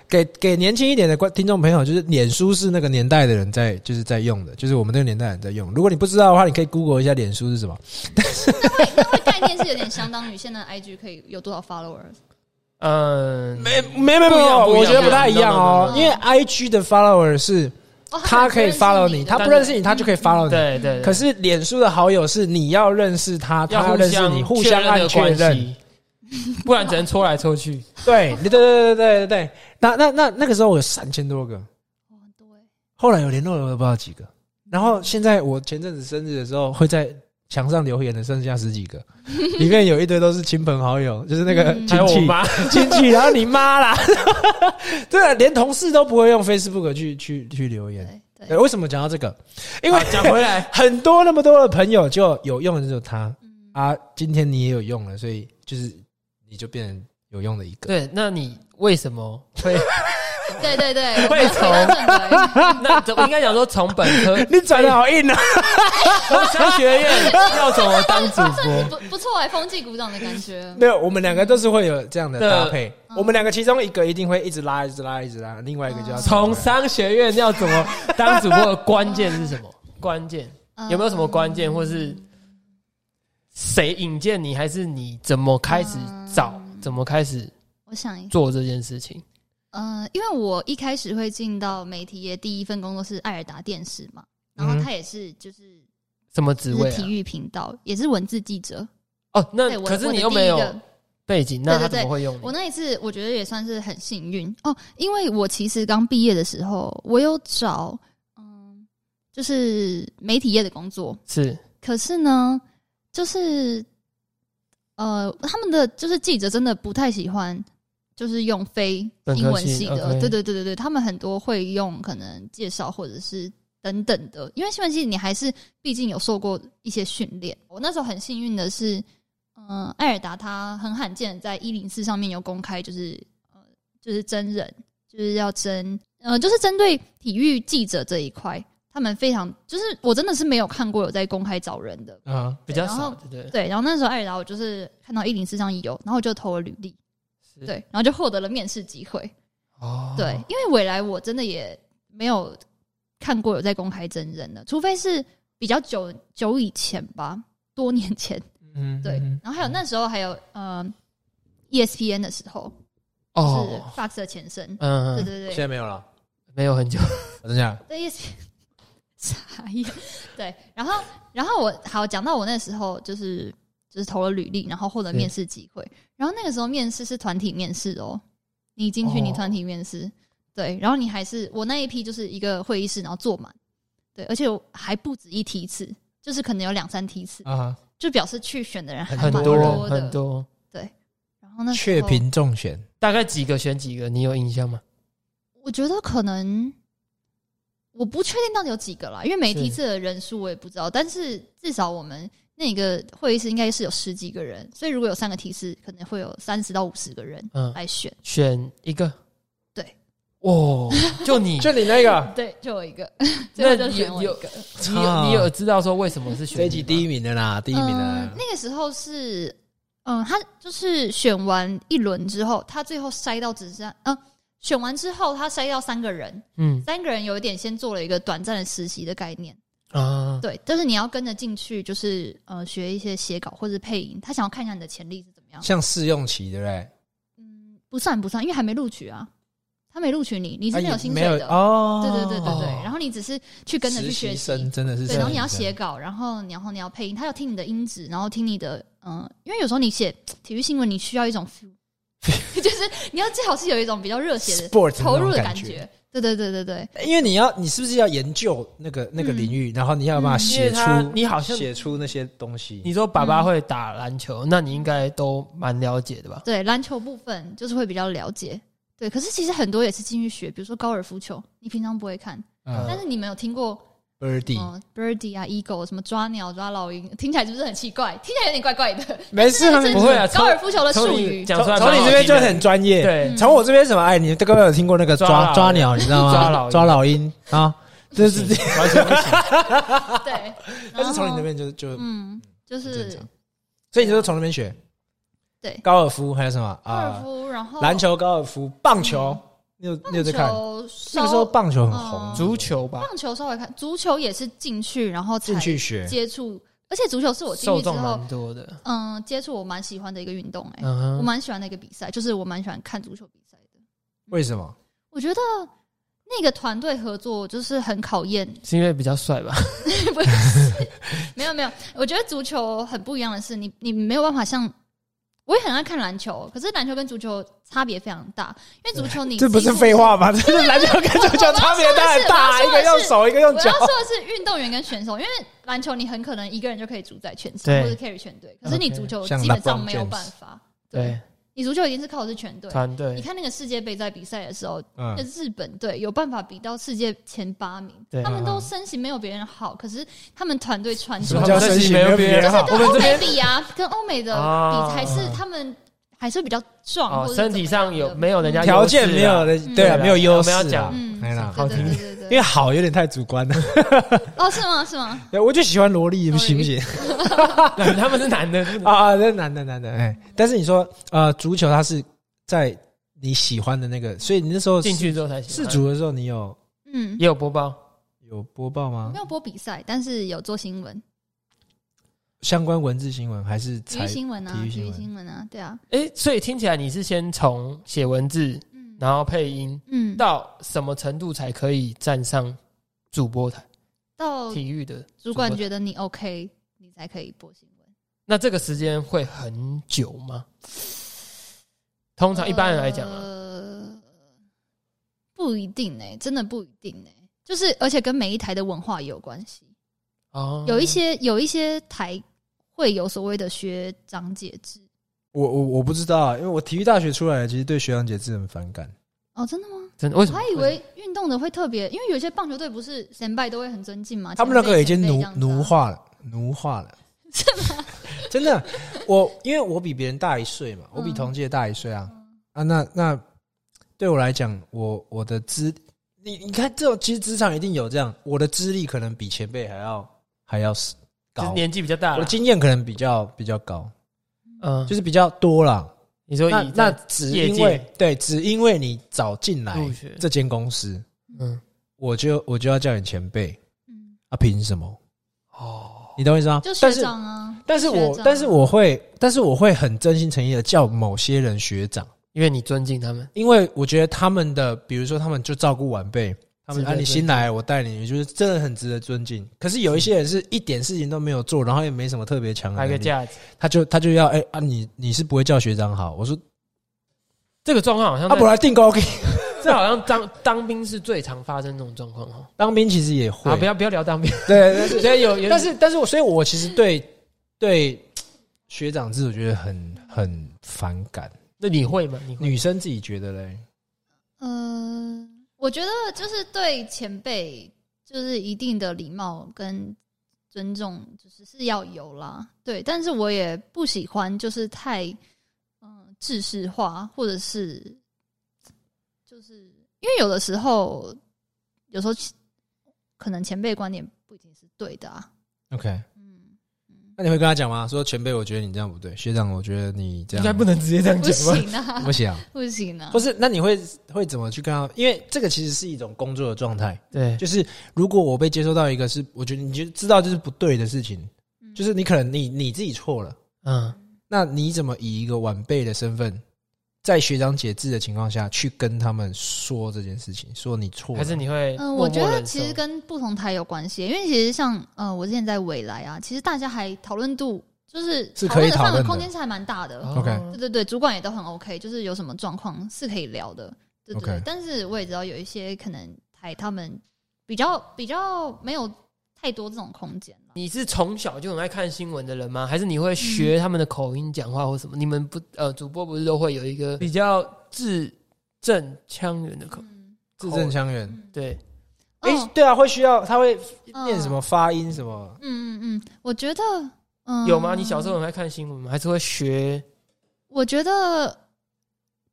Speaker 1: 给给年轻一点的观听众朋友，就是脸书是那个年代的人在就是在用的，就是我们那个年代的人在用。如果你不知道的话，你可以 Google 一下脸书是什么。
Speaker 3: 概念是有点相当于现在 IG 可以有多少 followers，
Speaker 2: 嗯，
Speaker 1: 没没没
Speaker 2: 不一样不一样
Speaker 1: 我觉得不太一样哦，
Speaker 3: 不一
Speaker 1: 因为 IG 的 follower 是
Speaker 3: 哦，
Speaker 1: 他可以 follow 你，他不认识你，他就可以 follow 你。
Speaker 2: 对对。
Speaker 1: 可是脸书的好友是你要认识他，他
Speaker 2: 要
Speaker 1: 认识你，互相按确
Speaker 2: 认的关
Speaker 1: 认。
Speaker 2: 系，不然只能搓来搓去。
Speaker 1: 对，对对对对对对，那那那那个时候我有三千多个，
Speaker 3: 哦，很多哎，
Speaker 1: 后来有联络的我不知道几个，然后现在我前阵子生日的时候会在墙上留言的剩下十几 个，里面有一堆都是亲朋好友，就是那个
Speaker 3: 嗯
Speaker 2: 还有
Speaker 1: 亲
Speaker 2: 我
Speaker 1: 戚、
Speaker 2: 妈，
Speaker 1: 亲戚，然后你妈啦， 对啊，连同事都不会用 Facebook 去去去留言。哎
Speaker 3: 对对
Speaker 1: 对，为什么讲到这个？因为
Speaker 2: 好讲回来，
Speaker 1: 很多那么多的朋友就有用的就是他
Speaker 3: 嗯
Speaker 1: 啊，今天你也有用了，所以就是你就变成有用的一个。
Speaker 2: 对，那你为什么会？
Speaker 3: 对对对，
Speaker 2: 会从
Speaker 3: 从
Speaker 2: 那我应该讲说，从本科
Speaker 1: 你转的好硬啊！
Speaker 2: 从商学院要怎么当主 播？
Speaker 3: 不不错哎，风纪鼓掌的感觉，
Speaker 1: 没有，我们两个都是会有这样的
Speaker 2: 对
Speaker 1: 搭配。
Speaker 3: 嗯
Speaker 1: 我们两个其中一个一定会一直拉，一直拉，一直拉，另外一个就要
Speaker 2: 从商学院要怎么当主播的关键是什么？关键有没有什么关
Speaker 3: 嗯
Speaker 2: 键，或是谁引荐你，还是你怎么开始找，怎么开始
Speaker 3: 我想一下，
Speaker 2: 做这件事情？
Speaker 3: 呃，因为我一开始会进到媒体业，第一份工作是艾尔达电视嘛，然后
Speaker 1: 嗯
Speaker 3: 他也是就是
Speaker 2: 什么职
Speaker 3: 就是
Speaker 2: 位、
Speaker 3: 体
Speaker 2: 啊？
Speaker 3: 育频道，也是文字记者。
Speaker 2: 哦，那
Speaker 3: 对，我
Speaker 2: 可是
Speaker 3: 我的
Speaker 2: 你又
Speaker 3: 第
Speaker 2: 没
Speaker 3: 一
Speaker 2: 有
Speaker 3: 个
Speaker 2: 背景，那他
Speaker 3: 对对
Speaker 2: 怎
Speaker 3: 对
Speaker 2: 么会用
Speaker 3: 我
Speaker 2: 你？
Speaker 3: 那一次，我觉得也算是很幸运哦，因为我其实刚毕业的时候，我有找嗯，就是媒体业的工作，
Speaker 2: 是
Speaker 3: 可是呢，就是呃，他们的就是记者真的不太喜欢，就是用非
Speaker 2: 本科
Speaker 3: 英文
Speaker 2: 系
Speaker 3: 系的，
Speaker 2: OK
Speaker 3: 对对对对对，他们很多会用可能介绍或者是等等的，因为新闻系你还是毕竟有受过一些训练。我那时候很幸运的是，嗯、艾尔达他很罕见的在一零四上面有公开，就是呃，就是真人，就是要争，呃，就是针对体育记者这一块。他们非常，就是我真的是没有看过有在公开找人的，
Speaker 1: 啊，
Speaker 2: 比较
Speaker 3: 然
Speaker 2: 少
Speaker 3: 后，
Speaker 2: 对不对？
Speaker 3: 对，然后那时候艾尔达，我就是看到一零四上有，然后我就投了履历，
Speaker 2: 是
Speaker 3: 对，然后就获得了面试机会。
Speaker 2: 哦，
Speaker 3: 对，因为未来我真的也没有看过有在公开真人的，除非是比较久久以前吧，多年前。
Speaker 1: 嗯
Speaker 3: 对，然后还有那时候还有呃，ESPN 的时候，就是
Speaker 2: 哦，
Speaker 3: Fox 的前身。
Speaker 2: 嗯，
Speaker 3: 对
Speaker 2: 嗯
Speaker 3: 对
Speaker 1: 现
Speaker 3: 对，
Speaker 1: 在没有了，
Speaker 2: 没有很久，
Speaker 1: 等一下，
Speaker 3: 对 ESPN。傻眼，对，然后，然后我好讲到我那时候就是就是投了履历，然后获得
Speaker 2: 是
Speaker 3: 面试机会，然后那个时候面试是团体面试哦，你进去你
Speaker 2: 哦
Speaker 3: 团体面试，对，然后你还是我那一批就是一个会议室，然后坐满，对，而且我还不止一梯次，就是可能有两三梯次，
Speaker 1: 啊，
Speaker 3: 就表示去选的人还
Speaker 2: 很
Speaker 3: 蛮
Speaker 2: 多
Speaker 3: 的，
Speaker 2: 很多，
Speaker 3: 然后那时
Speaker 1: 雀
Speaker 3: 候
Speaker 1: 屏中选，
Speaker 2: 大概几个选几个，你有印象吗？
Speaker 3: 我觉得可能我不确定到底有几个啦，因为每
Speaker 2: 是
Speaker 3: 梯次的人数我也不知道，但是至少我们那个会议室应该是有十几个人，所以如果有三个梯次，可能会有三十到五十个人
Speaker 2: 嗯，
Speaker 3: 来选。
Speaker 2: 选一个，
Speaker 3: 对，
Speaker 2: 哦，就你，
Speaker 1: 就你那个
Speaker 3: 对，就有 一个，最
Speaker 2: 那
Speaker 3: 后就
Speaker 2: 你
Speaker 3: 选
Speaker 2: 有
Speaker 3: 我一
Speaker 2: 有
Speaker 3: 个。
Speaker 2: 你有你有知道说为什么是选
Speaker 1: 这一集第一
Speaker 2: 一啊
Speaker 1: 名的啦，第一名的
Speaker 3: 嗯
Speaker 1: 啦，，
Speaker 3: 那个时候是，嗯，他就是选完一轮之后，他最后筛到只剩，嗯、选完之后他筛到三个人，
Speaker 2: 嗯
Speaker 3: 三个人有一点先做了一个短暂的实习的概念。
Speaker 2: 啊，
Speaker 3: 对，就是你要跟着进去，就是呃学一些写稿或者配音，他想要看一下你的潜力是怎么样。
Speaker 1: 像试用期对不对？
Speaker 3: 嗯，不算不算，因为还没录取啊。他没录取你，你是没有薪水
Speaker 1: 啊也
Speaker 3: 的。
Speaker 1: 哦。
Speaker 3: 呃对对对对对
Speaker 1: 哦，
Speaker 3: 然后你只是去跟着去
Speaker 1: 实
Speaker 3: 学
Speaker 1: 习
Speaker 3: 习，
Speaker 1: 生真的是啊
Speaker 3: 对，
Speaker 1: 实习
Speaker 3: 然后你要
Speaker 1: 生
Speaker 3: 写稿，然后然后你要配音，他要听你的音质，然后听你的嗯、呃因为有时候你写体育新闻，你需要一种 feel，就是 你要最好是有一种比较热血的
Speaker 1: sport
Speaker 3: 投入
Speaker 1: 那
Speaker 3: 的
Speaker 1: 种
Speaker 3: 感
Speaker 1: 觉，
Speaker 3: 觉。对对对对对，
Speaker 1: 因为你要你是不是要研究那个那个
Speaker 3: 嗯
Speaker 1: 领域，然后你要把它
Speaker 2: 因为
Speaker 1: 写出
Speaker 2: 他你好像
Speaker 1: 写出那些东西。
Speaker 2: 你说爸爸会打篮球，那你应该都蛮了解的吧？
Speaker 3: 对篮球部分就是会比较了解。对，可是其实很多也是进去学，比如说高尔夫球，你平常不会看，但
Speaker 1: 嗯
Speaker 3: 是你们有听过
Speaker 1: ，Birdy，
Speaker 3: 嗯 birdie 啊 eagle 什么抓鸟抓老鹰，听起来是不是很奇怪？听起来有点怪怪的。
Speaker 1: 没事， 他们
Speaker 2: 不会啊，
Speaker 3: 高尔夫球的
Speaker 2: 从
Speaker 3: 术
Speaker 2: 从
Speaker 3: 语
Speaker 2: 你，讲出来
Speaker 1: 从
Speaker 2: 蛮
Speaker 1: 你
Speaker 2: 好
Speaker 1: 这边
Speaker 2: 听
Speaker 1: 就
Speaker 2: 的
Speaker 1: 很专业。
Speaker 2: 对
Speaker 3: 嗯
Speaker 1: 从我这边什么？哎，你都根本有听过那个抓
Speaker 2: 抓
Speaker 1: 抓
Speaker 2: 老鹰
Speaker 1: 鸟，你知道
Speaker 2: 抓老
Speaker 1: 吗？
Speaker 2: 鹰
Speaker 1: 抓老鹰啊，这是这，
Speaker 2: 完全不行。
Speaker 3: 对，
Speaker 1: 但是从你 那
Speaker 3: 然后
Speaker 1: 边就就，
Speaker 3: 啊嗯，就
Speaker 1: 正
Speaker 3: 是
Speaker 1: 常所以你就是从那边学。
Speaker 3: 对
Speaker 1: 高尔夫还有什么
Speaker 3: 高尔
Speaker 1: 啊？
Speaker 3: 夫，然后
Speaker 1: 篮球、高尔夫、棒球，你有你有在看？
Speaker 3: 棒球稍
Speaker 1: 那个时候棒球很红，
Speaker 3: 嗯
Speaker 2: 足球吧，
Speaker 3: 棒球稍微看，足球也是进去然后才
Speaker 1: 进去学，
Speaker 3: 接触，而且足球是我进
Speaker 2: 受
Speaker 3: 去之
Speaker 2: 众
Speaker 3: 后，
Speaker 2: 蛮多的。
Speaker 3: 嗯，接触我蛮喜欢的一个运动、哎、我
Speaker 2: 嗯哼，
Speaker 3: 蛮喜欢的一个比赛，就是我蛮喜欢看足球比赛的。
Speaker 1: 为什么？
Speaker 3: 我觉得那个团队合作就是很考验，
Speaker 2: 是因为比较帅吧？
Speaker 3: 不是？没有没有，我觉得足球很不一样的是，你你没有办法像。我也很爱看篮球，可是篮球跟足球差别非常大，因为足球你
Speaker 1: 这不
Speaker 3: 几
Speaker 1: 是
Speaker 3: 乎
Speaker 1: 废话吗？这是篮球跟足球差别太大，一
Speaker 3: 我
Speaker 1: 个用
Speaker 3: 要说的是
Speaker 1: 手，一个用
Speaker 3: 我
Speaker 1: 脚
Speaker 3: 要。说的是运动员跟选手，因为篮球你很可能一个人就可以主宰全场
Speaker 2: 对
Speaker 3: 或者 carry 全队，可是你足球
Speaker 1: OK，像
Speaker 3: 基本上
Speaker 1: LeBron
Speaker 3: 没有
Speaker 1: James
Speaker 3: 办法。
Speaker 2: 对，
Speaker 3: 你足球一定是靠的是全队。
Speaker 2: 团
Speaker 3: 你
Speaker 2: 队，
Speaker 3: 看那个世界杯在比赛的时候，
Speaker 1: 嗯
Speaker 3: 那，日本队有办法比到世界前八名，
Speaker 2: 对
Speaker 3: 他们
Speaker 1: 嗯
Speaker 3: 都
Speaker 1: 嗯
Speaker 3: 身形没有别人好，可是他们团队传
Speaker 1: 什
Speaker 3: 球
Speaker 1: 么叫
Speaker 2: 这
Speaker 1: 身
Speaker 2: 期
Speaker 1: 形
Speaker 2: 没
Speaker 1: 没有
Speaker 2: 有别人
Speaker 1: 别人
Speaker 2: 好？我们这
Speaker 3: 跟欧美
Speaker 2: 边
Speaker 3: 比啊，跟欧美的
Speaker 2: 啊
Speaker 3: 比还是他们还是比较壮，或
Speaker 2: 哦
Speaker 3: 者，是
Speaker 2: 身体上有
Speaker 3: 怎么
Speaker 2: 没有人家
Speaker 3: 样的
Speaker 1: 条件没有的，对啊，
Speaker 2: 嗯
Speaker 1: 没有优势
Speaker 2: 我们要
Speaker 1: 啊
Speaker 2: 讲
Speaker 3: 嗯，
Speaker 1: 哎啦，
Speaker 2: 好
Speaker 3: 对
Speaker 2: 听
Speaker 3: 对对对
Speaker 1: 因为
Speaker 3: 对，
Speaker 1: 好有点太主观了。
Speaker 3: 哦，是吗？是吗？
Speaker 1: 对我就喜欢萝莉，行不行？
Speaker 2: 他们是男的，是不是
Speaker 1: 啊啊，那男的男的，哎，但是你说呃，足球它是在你喜欢的那个，所以你那时候
Speaker 2: 进去之后才喜
Speaker 1: 试
Speaker 2: 欢
Speaker 1: 足的时候，你有
Speaker 3: 嗯，
Speaker 2: 也有播报，
Speaker 1: 有播报吗
Speaker 3: 没？有播比赛，但是有做新闻。
Speaker 1: 相关文字新闻还是
Speaker 3: 体育
Speaker 1: 才
Speaker 3: 新闻啊，
Speaker 1: 体育
Speaker 3: 体
Speaker 1: 新
Speaker 3: 育
Speaker 1: 闻
Speaker 3: 新闻啊，对啊，
Speaker 2: 诶，所以听起来你是先从写文字，
Speaker 3: 嗯
Speaker 2: 然后配音，
Speaker 3: 嗯，
Speaker 2: 到什么程度才可以站上主播台？
Speaker 3: 到
Speaker 2: 体育的
Speaker 3: 哦主管
Speaker 2: 播台
Speaker 3: 觉得你 OK，你才可以播新闻。
Speaker 2: 那这个时间会很久吗？通常一般人来讲啊，
Speaker 3: 呃，不一定呢、真的不一定呢、就是而且跟每一台的文化也有关系，
Speaker 1: 嗯
Speaker 2: 哦，
Speaker 3: 呃有一些有一些台会有所谓的学长姐制。
Speaker 1: 我我我不知道啊，因为我体育大学出来的，其实对学长姐制很反感。
Speaker 3: 哦，真的吗？
Speaker 2: 真的为
Speaker 3: 我
Speaker 1: 嗯
Speaker 2: 什么？
Speaker 3: 还以为运动的会特别，因为有些棒球队不是前辈都会很尊敬嘛，
Speaker 1: 他们那个已经
Speaker 3: 前辈
Speaker 1: 奴
Speaker 3: 前辈这样子啊
Speaker 1: 奴化了，奴化了，是吗？真的，我因为我比别人大一岁嘛，我比
Speaker 3: 嗯
Speaker 1: 同届大一岁啊、啊，那那对我来讲，我我的资，你你看这种其实职场一定有这样，我的资历可能比前辈还要还要
Speaker 2: 就是
Speaker 1: 高，
Speaker 2: 年纪比较大
Speaker 1: 我的
Speaker 2: 了，
Speaker 1: 经验可能比较比较高，
Speaker 2: 嗯，
Speaker 1: 就是比较多啦。
Speaker 2: 你说
Speaker 1: 那
Speaker 2: 以
Speaker 1: 那
Speaker 2: 在
Speaker 1: 只
Speaker 2: 业
Speaker 1: 因
Speaker 2: 界哦
Speaker 1: 为对，只因为你早进来
Speaker 2: 入学，
Speaker 1: 哎这间公司，
Speaker 2: 嗯，
Speaker 1: 我就我就要叫你前辈
Speaker 3: 嗯，
Speaker 1: 啊，凭什么？
Speaker 2: 哦，
Speaker 1: 你懂我意思吗？
Speaker 3: 就学
Speaker 1: 但是
Speaker 3: 长啊，
Speaker 1: 但是
Speaker 3: 学
Speaker 1: 我
Speaker 3: 长
Speaker 1: 但是我会，但是我会很真心诚意的叫某些人学长，
Speaker 2: 因为你尊敬他们，
Speaker 1: 因为我觉得他们的，比如说他们就照顾晚辈，他们
Speaker 2: 值得
Speaker 1: 啊你
Speaker 2: 尊
Speaker 1: 新来，我带你，就是真的很值得尊敬。可是有一些人是一点事情都没有做，然后也没什么特别强的
Speaker 2: 来个
Speaker 1: 能力，
Speaker 2: 架子。
Speaker 1: 他就他就要哎、啊你你是不会叫学长好，我说
Speaker 2: 这个状况好像
Speaker 1: 啊
Speaker 2: 在
Speaker 1: 不来定高给
Speaker 2: 这好像当当兵是最常发生这种状况哦。
Speaker 1: 当兵其实也会，
Speaker 2: 啊，不要不要聊 当兵，
Speaker 1: 对，但是
Speaker 2: 所以有有，
Speaker 1: 但是但是我所以我其实对对学长制我觉得很很反感，
Speaker 2: 那你会吗？你会
Speaker 1: 女生自己觉得嘞，
Speaker 3: 呃，我觉得就是对前辈，就是一定的礼貌跟尊重，就是是要有啦。对，但是我也不喜欢就是太嗯、制式化，或者是就是因为有的时候，有时候其可能前辈的观点不一定是对的啊。
Speaker 1: ，OK。
Speaker 3: 嗯嗯，
Speaker 1: 那你会跟他讲吗？说前辈，我觉得你这样不对，学长，我觉得你这
Speaker 2: 应
Speaker 1: 样
Speaker 2: 该不能直接这样
Speaker 3: 不
Speaker 2: 讲吧？
Speaker 3: 行啊
Speaker 1: 不，行啊。
Speaker 3: 不行啊
Speaker 1: 不。是，那你会会怎么去跟他？因为这个其实是一种工作的状态，
Speaker 2: 对，
Speaker 1: 就是如果我被接收到一个是，我觉得你就知道这是不对的事情，
Speaker 3: 嗯
Speaker 1: 就是你可能你你自己错了，
Speaker 2: 嗯，
Speaker 1: 那你怎么以一个晚辈的身份在学长解制的情况下去跟他们说这件事情，说你错了，
Speaker 2: 还是你会
Speaker 3: 嗯，
Speaker 2: 默
Speaker 3: 我
Speaker 2: 默
Speaker 3: 觉得
Speaker 2: 忍
Speaker 3: 其实
Speaker 2: 受
Speaker 3: 跟不同台有关系，因为其实像呃，我之前在未来啊，其实大家还讨论度就是
Speaker 1: 是可以
Speaker 3: 的范
Speaker 1: 讨论
Speaker 3: 围
Speaker 1: 的
Speaker 3: 空间是还蛮大的。
Speaker 2: 哦
Speaker 1: OK
Speaker 3: 对对对，主管也都很 OK，就是有什么状况是可以聊的。对对对
Speaker 1: OK
Speaker 3: 但是我也知道有一些可能台他们比较比较没有太多这种空间了。
Speaker 2: 你是从小就很爱看新闻的人吗？还是你会学他们的口音讲话或什么？你们不呃，主播不是都会有一个比较字正腔圆的口
Speaker 3: 嗯
Speaker 1: 字正腔圆。
Speaker 3: 嗯
Speaker 2: 对，
Speaker 1: 哎、
Speaker 3: 哦
Speaker 1: 对啊，会需要他会念什
Speaker 3: 嗯
Speaker 1: 么发音什么？
Speaker 3: 嗯嗯嗯，我觉得嗯
Speaker 2: 有吗？你小时候很爱看新闻吗？还是会学？
Speaker 3: 我觉得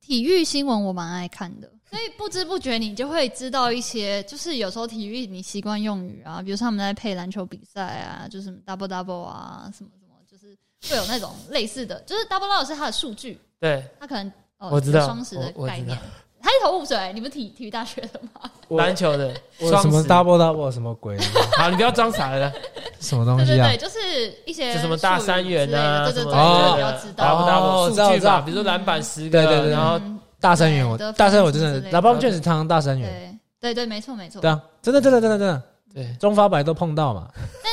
Speaker 3: 体育新闻我蛮爱看的，所以不知不觉你就会知道一些，就是有时候体育你习惯用语啊，比如说他们在配篮球比赛啊，就是什么 double double 啊，什么什么，就是会有那种类似的，就是 double double 是它的数据，
Speaker 2: 对，
Speaker 3: 它可能呃
Speaker 2: 我知道
Speaker 3: 有双十的
Speaker 2: 我我
Speaker 3: 概
Speaker 2: 知道
Speaker 3: 念。它一头雾水，你们体体育大学的吗？
Speaker 1: 我
Speaker 2: 篮球的
Speaker 1: 我
Speaker 2: 双
Speaker 1: 什么
Speaker 2: 十
Speaker 1: double double 什么鬼？
Speaker 2: 好，你不要装傻了。
Speaker 1: 什么东
Speaker 3: 对对
Speaker 1: 西啊
Speaker 3: 对，？就是一些
Speaker 2: 就什么大三元啊，
Speaker 3: 术语之类的对对对，
Speaker 1: 什
Speaker 3: 就是
Speaker 1: 么
Speaker 3: 比较知
Speaker 1: 哦
Speaker 3: 道。
Speaker 2: 打不打
Speaker 1: 哦
Speaker 2: 我
Speaker 1: 知道
Speaker 2: 数据
Speaker 1: 知道
Speaker 2: 吧，比如说篮板十个，
Speaker 1: 对对对
Speaker 2: 然后
Speaker 3: 嗯
Speaker 1: 大三元，我
Speaker 3: 对得分
Speaker 1: 大三元我真
Speaker 3: 什么之
Speaker 1: 的
Speaker 3: 类的
Speaker 1: 打棒卷是常常大三元，
Speaker 3: 对对对，没错没错
Speaker 1: 对。啊，真的真的真的真的，
Speaker 2: 对，
Speaker 1: 中发白都碰到嘛。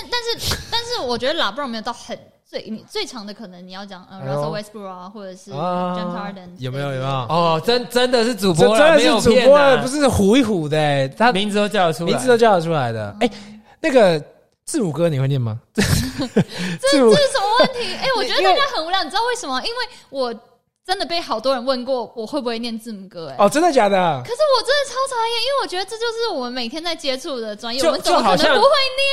Speaker 3: 但是我觉得拉布朗没有到很最你最长的，可能你要讲呃
Speaker 2: 哎呦
Speaker 3: Russell Westbrook 啊，或者是
Speaker 1: 啊
Speaker 3: James Harden，
Speaker 1: 有没有有没有
Speaker 3: 嗯
Speaker 2: 哦，真真的是主
Speaker 1: 这
Speaker 2: 播啦，
Speaker 1: 真
Speaker 2: 没有
Speaker 1: 的是主
Speaker 2: 骗
Speaker 1: 播
Speaker 2: 啦
Speaker 1: 不是唬一唬的、欸，他
Speaker 2: 名字都叫得出来，
Speaker 1: 名字都叫得出来的。
Speaker 3: 嗯
Speaker 1: 哎、那个字母哥你会念 吗？字母
Speaker 3: 这是什么问题？哎、我觉得
Speaker 1: 因为
Speaker 3: 大家很无聊，你知道为什么？因为我真的被好多人问过我会不会念字母哥、哎、
Speaker 1: 哦，真的假的
Speaker 3: 可？是我真的超讨厌，因为我觉得这就是我们每天在接触的专业，
Speaker 2: 就
Speaker 3: 我们怎么
Speaker 2: 就好
Speaker 3: 可能
Speaker 2: 像
Speaker 3: 不会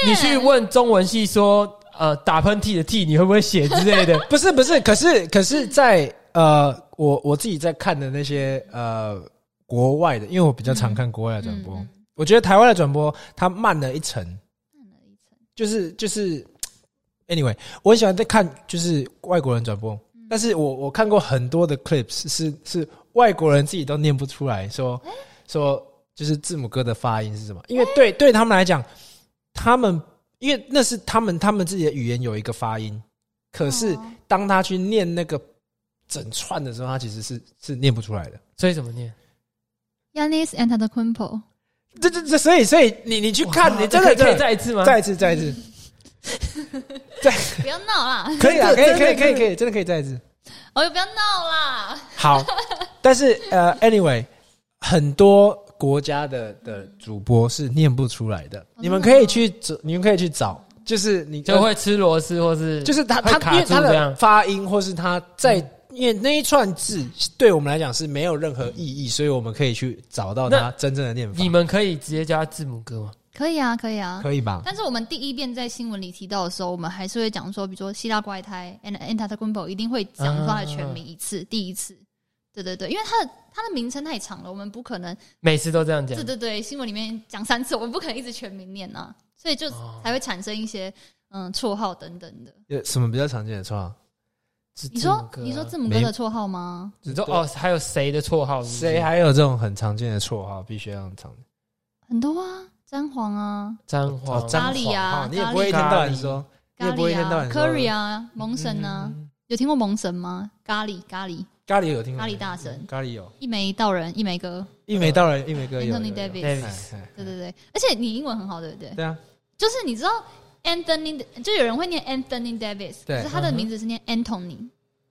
Speaker 2: 你
Speaker 3: 念？
Speaker 2: 去问中文系说，呃，打喷嚏的嚏你会不会写之 类的？
Speaker 1: 不是不是，可是可是在呃，我我自己在看的那些呃国外的，因为我比较常看国外的转播，
Speaker 3: 嗯
Speaker 1: 我觉得台湾的转播它慢了一层，
Speaker 3: 嗯嗯一层
Speaker 1: 就是就是，anyway，我很喜欢在看就是外国人转播，但是我我看过很多的 clips 是是外国人自己都念不出来，说说就是字母哥的发音是什么，因为对对他们来讲，他们因为那是他们他们自己的语言有一个发音，可是
Speaker 3: 哦
Speaker 1: 当他去念那个整串的时候，他其实是是念不出来的。
Speaker 2: 所以怎么念？
Speaker 3: 嗯 Yanis Antetokounmpo，
Speaker 1: 这这这，所以所以你你去看，
Speaker 2: 哇
Speaker 1: 你真的
Speaker 2: 哦可以可以
Speaker 1: 真的
Speaker 2: 再一次吗？
Speaker 1: 再一次再一次，
Speaker 3: 不要闹啦！
Speaker 1: 可以啊，可
Speaker 2: 真
Speaker 1: 以
Speaker 2: 的
Speaker 1: 可以
Speaker 2: 真的
Speaker 1: 可以可以，真的可以再一次。
Speaker 3: 哦，不要闹啦！
Speaker 1: 好，但是呃，anyway，很多国家的的主播是念不出来
Speaker 3: 哦
Speaker 1: 的，你们可以去找，你们可以去找，就是你呃
Speaker 2: 就会吃螺丝，或是
Speaker 1: 就是他
Speaker 2: 会
Speaker 1: 他因
Speaker 2: 卡
Speaker 1: 为
Speaker 2: 住
Speaker 1: 他
Speaker 2: 这
Speaker 1: 的
Speaker 2: 样。嗯
Speaker 1: 发音，或是他在、因为那一串字对我们来讲是没有任何意义，所以我们可以去找到
Speaker 2: 那
Speaker 1: 他真正的念法
Speaker 2: 你，们可以直接叫他字母哥吗？
Speaker 3: 可以啊，可以啊。
Speaker 1: 可以吧？
Speaker 3: 但是我们第一遍在新闻里提到的时候，我们还是会讲说，比如说希腊怪胎 and a n t a t o k u n b o 一定会讲出它的全名一次，第一次。
Speaker 1: 嗯
Speaker 3: 对对对，因为它的它的名称太长了，我们不可能
Speaker 2: 每次都这样讲
Speaker 3: 对。对对新闻里面讲三次，我们不可能一直全名念啊，所以就
Speaker 2: 哦
Speaker 3: 才会产生一些嗯绰号等等的。
Speaker 1: 有什么比较常见的绰号？
Speaker 2: 是
Speaker 3: 你
Speaker 2: 字母
Speaker 3: 说
Speaker 2: 哥啊
Speaker 3: 你说字母哥的绰号吗？
Speaker 2: 你说哦，还有谁的绰号是不是？
Speaker 1: 谁还有这种很常见的绰号？必须要很常见。
Speaker 3: 很多啊，詹皇啊，
Speaker 2: 张
Speaker 1: 哦
Speaker 2: 皇？
Speaker 1: 张
Speaker 3: 咖喱啊
Speaker 1: 皇哦你也
Speaker 3: 咖喱
Speaker 1: 不会一天到晚说，你
Speaker 3: 咖
Speaker 1: 也不会一
Speaker 3: 喱
Speaker 1: 天到晚
Speaker 3: 啊
Speaker 1: 说
Speaker 3: ，Curry 啊，蒙神啊，
Speaker 1: 嗯
Speaker 3: 有听过蒙神吗？咖喱咖喱
Speaker 1: 咖喱有听过
Speaker 3: 咖喱大神，
Speaker 1: 咖喱有。
Speaker 3: 一枚道人一枚哥，
Speaker 1: 一眉道人，一眉哥有。有
Speaker 3: Anthony
Speaker 1: 有
Speaker 3: Davis
Speaker 1: 哎
Speaker 2: Davis
Speaker 1: 哎
Speaker 3: 对对对，而且你英文很好，对不对？
Speaker 1: 对啊，
Speaker 3: 就是你知道 Anthony，就有人会念 Anthony Davis，
Speaker 1: 对
Speaker 3: 可是他的
Speaker 2: 嗯哼
Speaker 3: 名字是念 Anthony、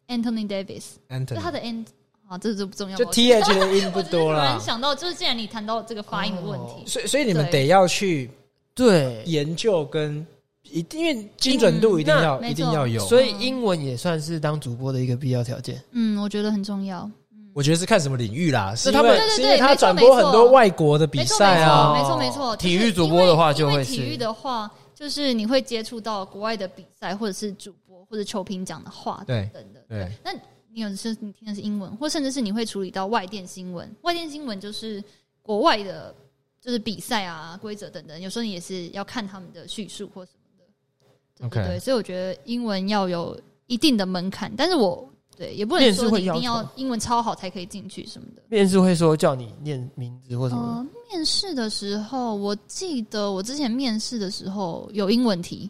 Speaker 3: Anthony Davis，就他
Speaker 1: Anthony，
Speaker 3: 的 An 啊，这就不重要。
Speaker 1: 就 T H 的音不
Speaker 3: 我只是
Speaker 1: 多
Speaker 3: 突然
Speaker 1: 啦，
Speaker 3: 想到，就是既然你谈到这个发音的问
Speaker 2: 哦
Speaker 3: 题，
Speaker 1: 所以所以你们
Speaker 3: 对
Speaker 1: 得要去
Speaker 2: 对，
Speaker 1: 研究跟一定，因为精准度一定要
Speaker 3: 嗯那
Speaker 1: 一定要有，
Speaker 2: 所以英文也算是当主播的一个必要条件。
Speaker 3: 嗯，我觉得很重要。
Speaker 1: 我觉得是看什么领域啦，是
Speaker 2: 他
Speaker 1: 因
Speaker 2: 们
Speaker 1: 为
Speaker 3: 对对对
Speaker 1: 是因为他
Speaker 3: 没错
Speaker 1: 转播
Speaker 3: 没错
Speaker 1: 很多外国的比
Speaker 3: 没错
Speaker 1: 赛啊，
Speaker 3: 没错没错
Speaker 2: 哦
Speaker 3: 没错。就是
Speaker 2: 体育主播的话就
Speaker 3: 因
Speaker 2: 会
Speaker 3: 为
Speaker 2: 是
Speaker 3: 因为体育的话，就是你会接触到国外的比赛，或者是主播或者球评讲的话
Speaker 1: 对
Speaker 3: 等等的。
Speaker 1: 对，
Speaker 3: 那你有的是你听的是英文，或甚至是你会处理到外电新闻。外电新闻就是国外的，就是比赛啊、规则等等，有时候你也是要看他们的叙述或什么的。对
Speaker 1: OK
Speaker 3: 对对所以我觉得英文要有一定的门槛，但是我对也不能
Speaker 2: 面试
Speaker 3: 说
Speaker 2: 会
Speaker 3: 你一定
Speaker 2: 要
Speaker 3: 要
Speaker 2: 求
Speaker 3: 英文超好才可以进去什么的。
Speaker 2: 面试会说叫你念名字或什么
Speaker 3: 呃，面试的时候，我记得我之前面试的时候有英文题，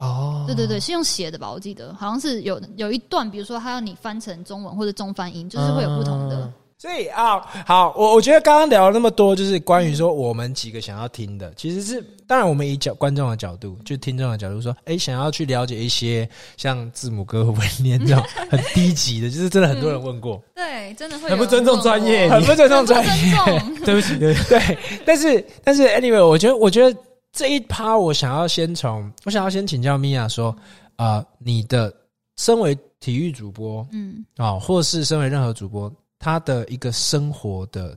Speaker 2: 的哦，
Speaker 3: 对对对，是用写的吧？我记得好像是有有一段，比如说他要你翻成中文或者中翻英，就是会有不同的
Speaker 2: 嗯。
Speaker 1: 所以啊，好，我我觉得刚刚聊了那么多，就是关于说我们几个想要听的，其实是当然我们以角观众的角度，就听众的角度说，哎、想要去了解一些像字母哥会不会念这种很低级的，就是真的很多人问过，
Speaker 3: 对，真的会
Speaker 2: 很不尊重专业
Speaker 1: 很 不尊重
Speaker 3: 很不
Speaker 1: 专
Speaker 3: 尊
Speaker 1: 业，
Speaker 3: 重。
Speaker 2: 对不起，对不起，
Speaker 1: 对，但是但是，anyway，我觉得我觉得这一趴，我想要先从我想要先请教米娅说，啊、你的身为体育主播
Speaker 3: 嗯，
Speaker 1: 啊、或是身为任何主播，他的一个生活的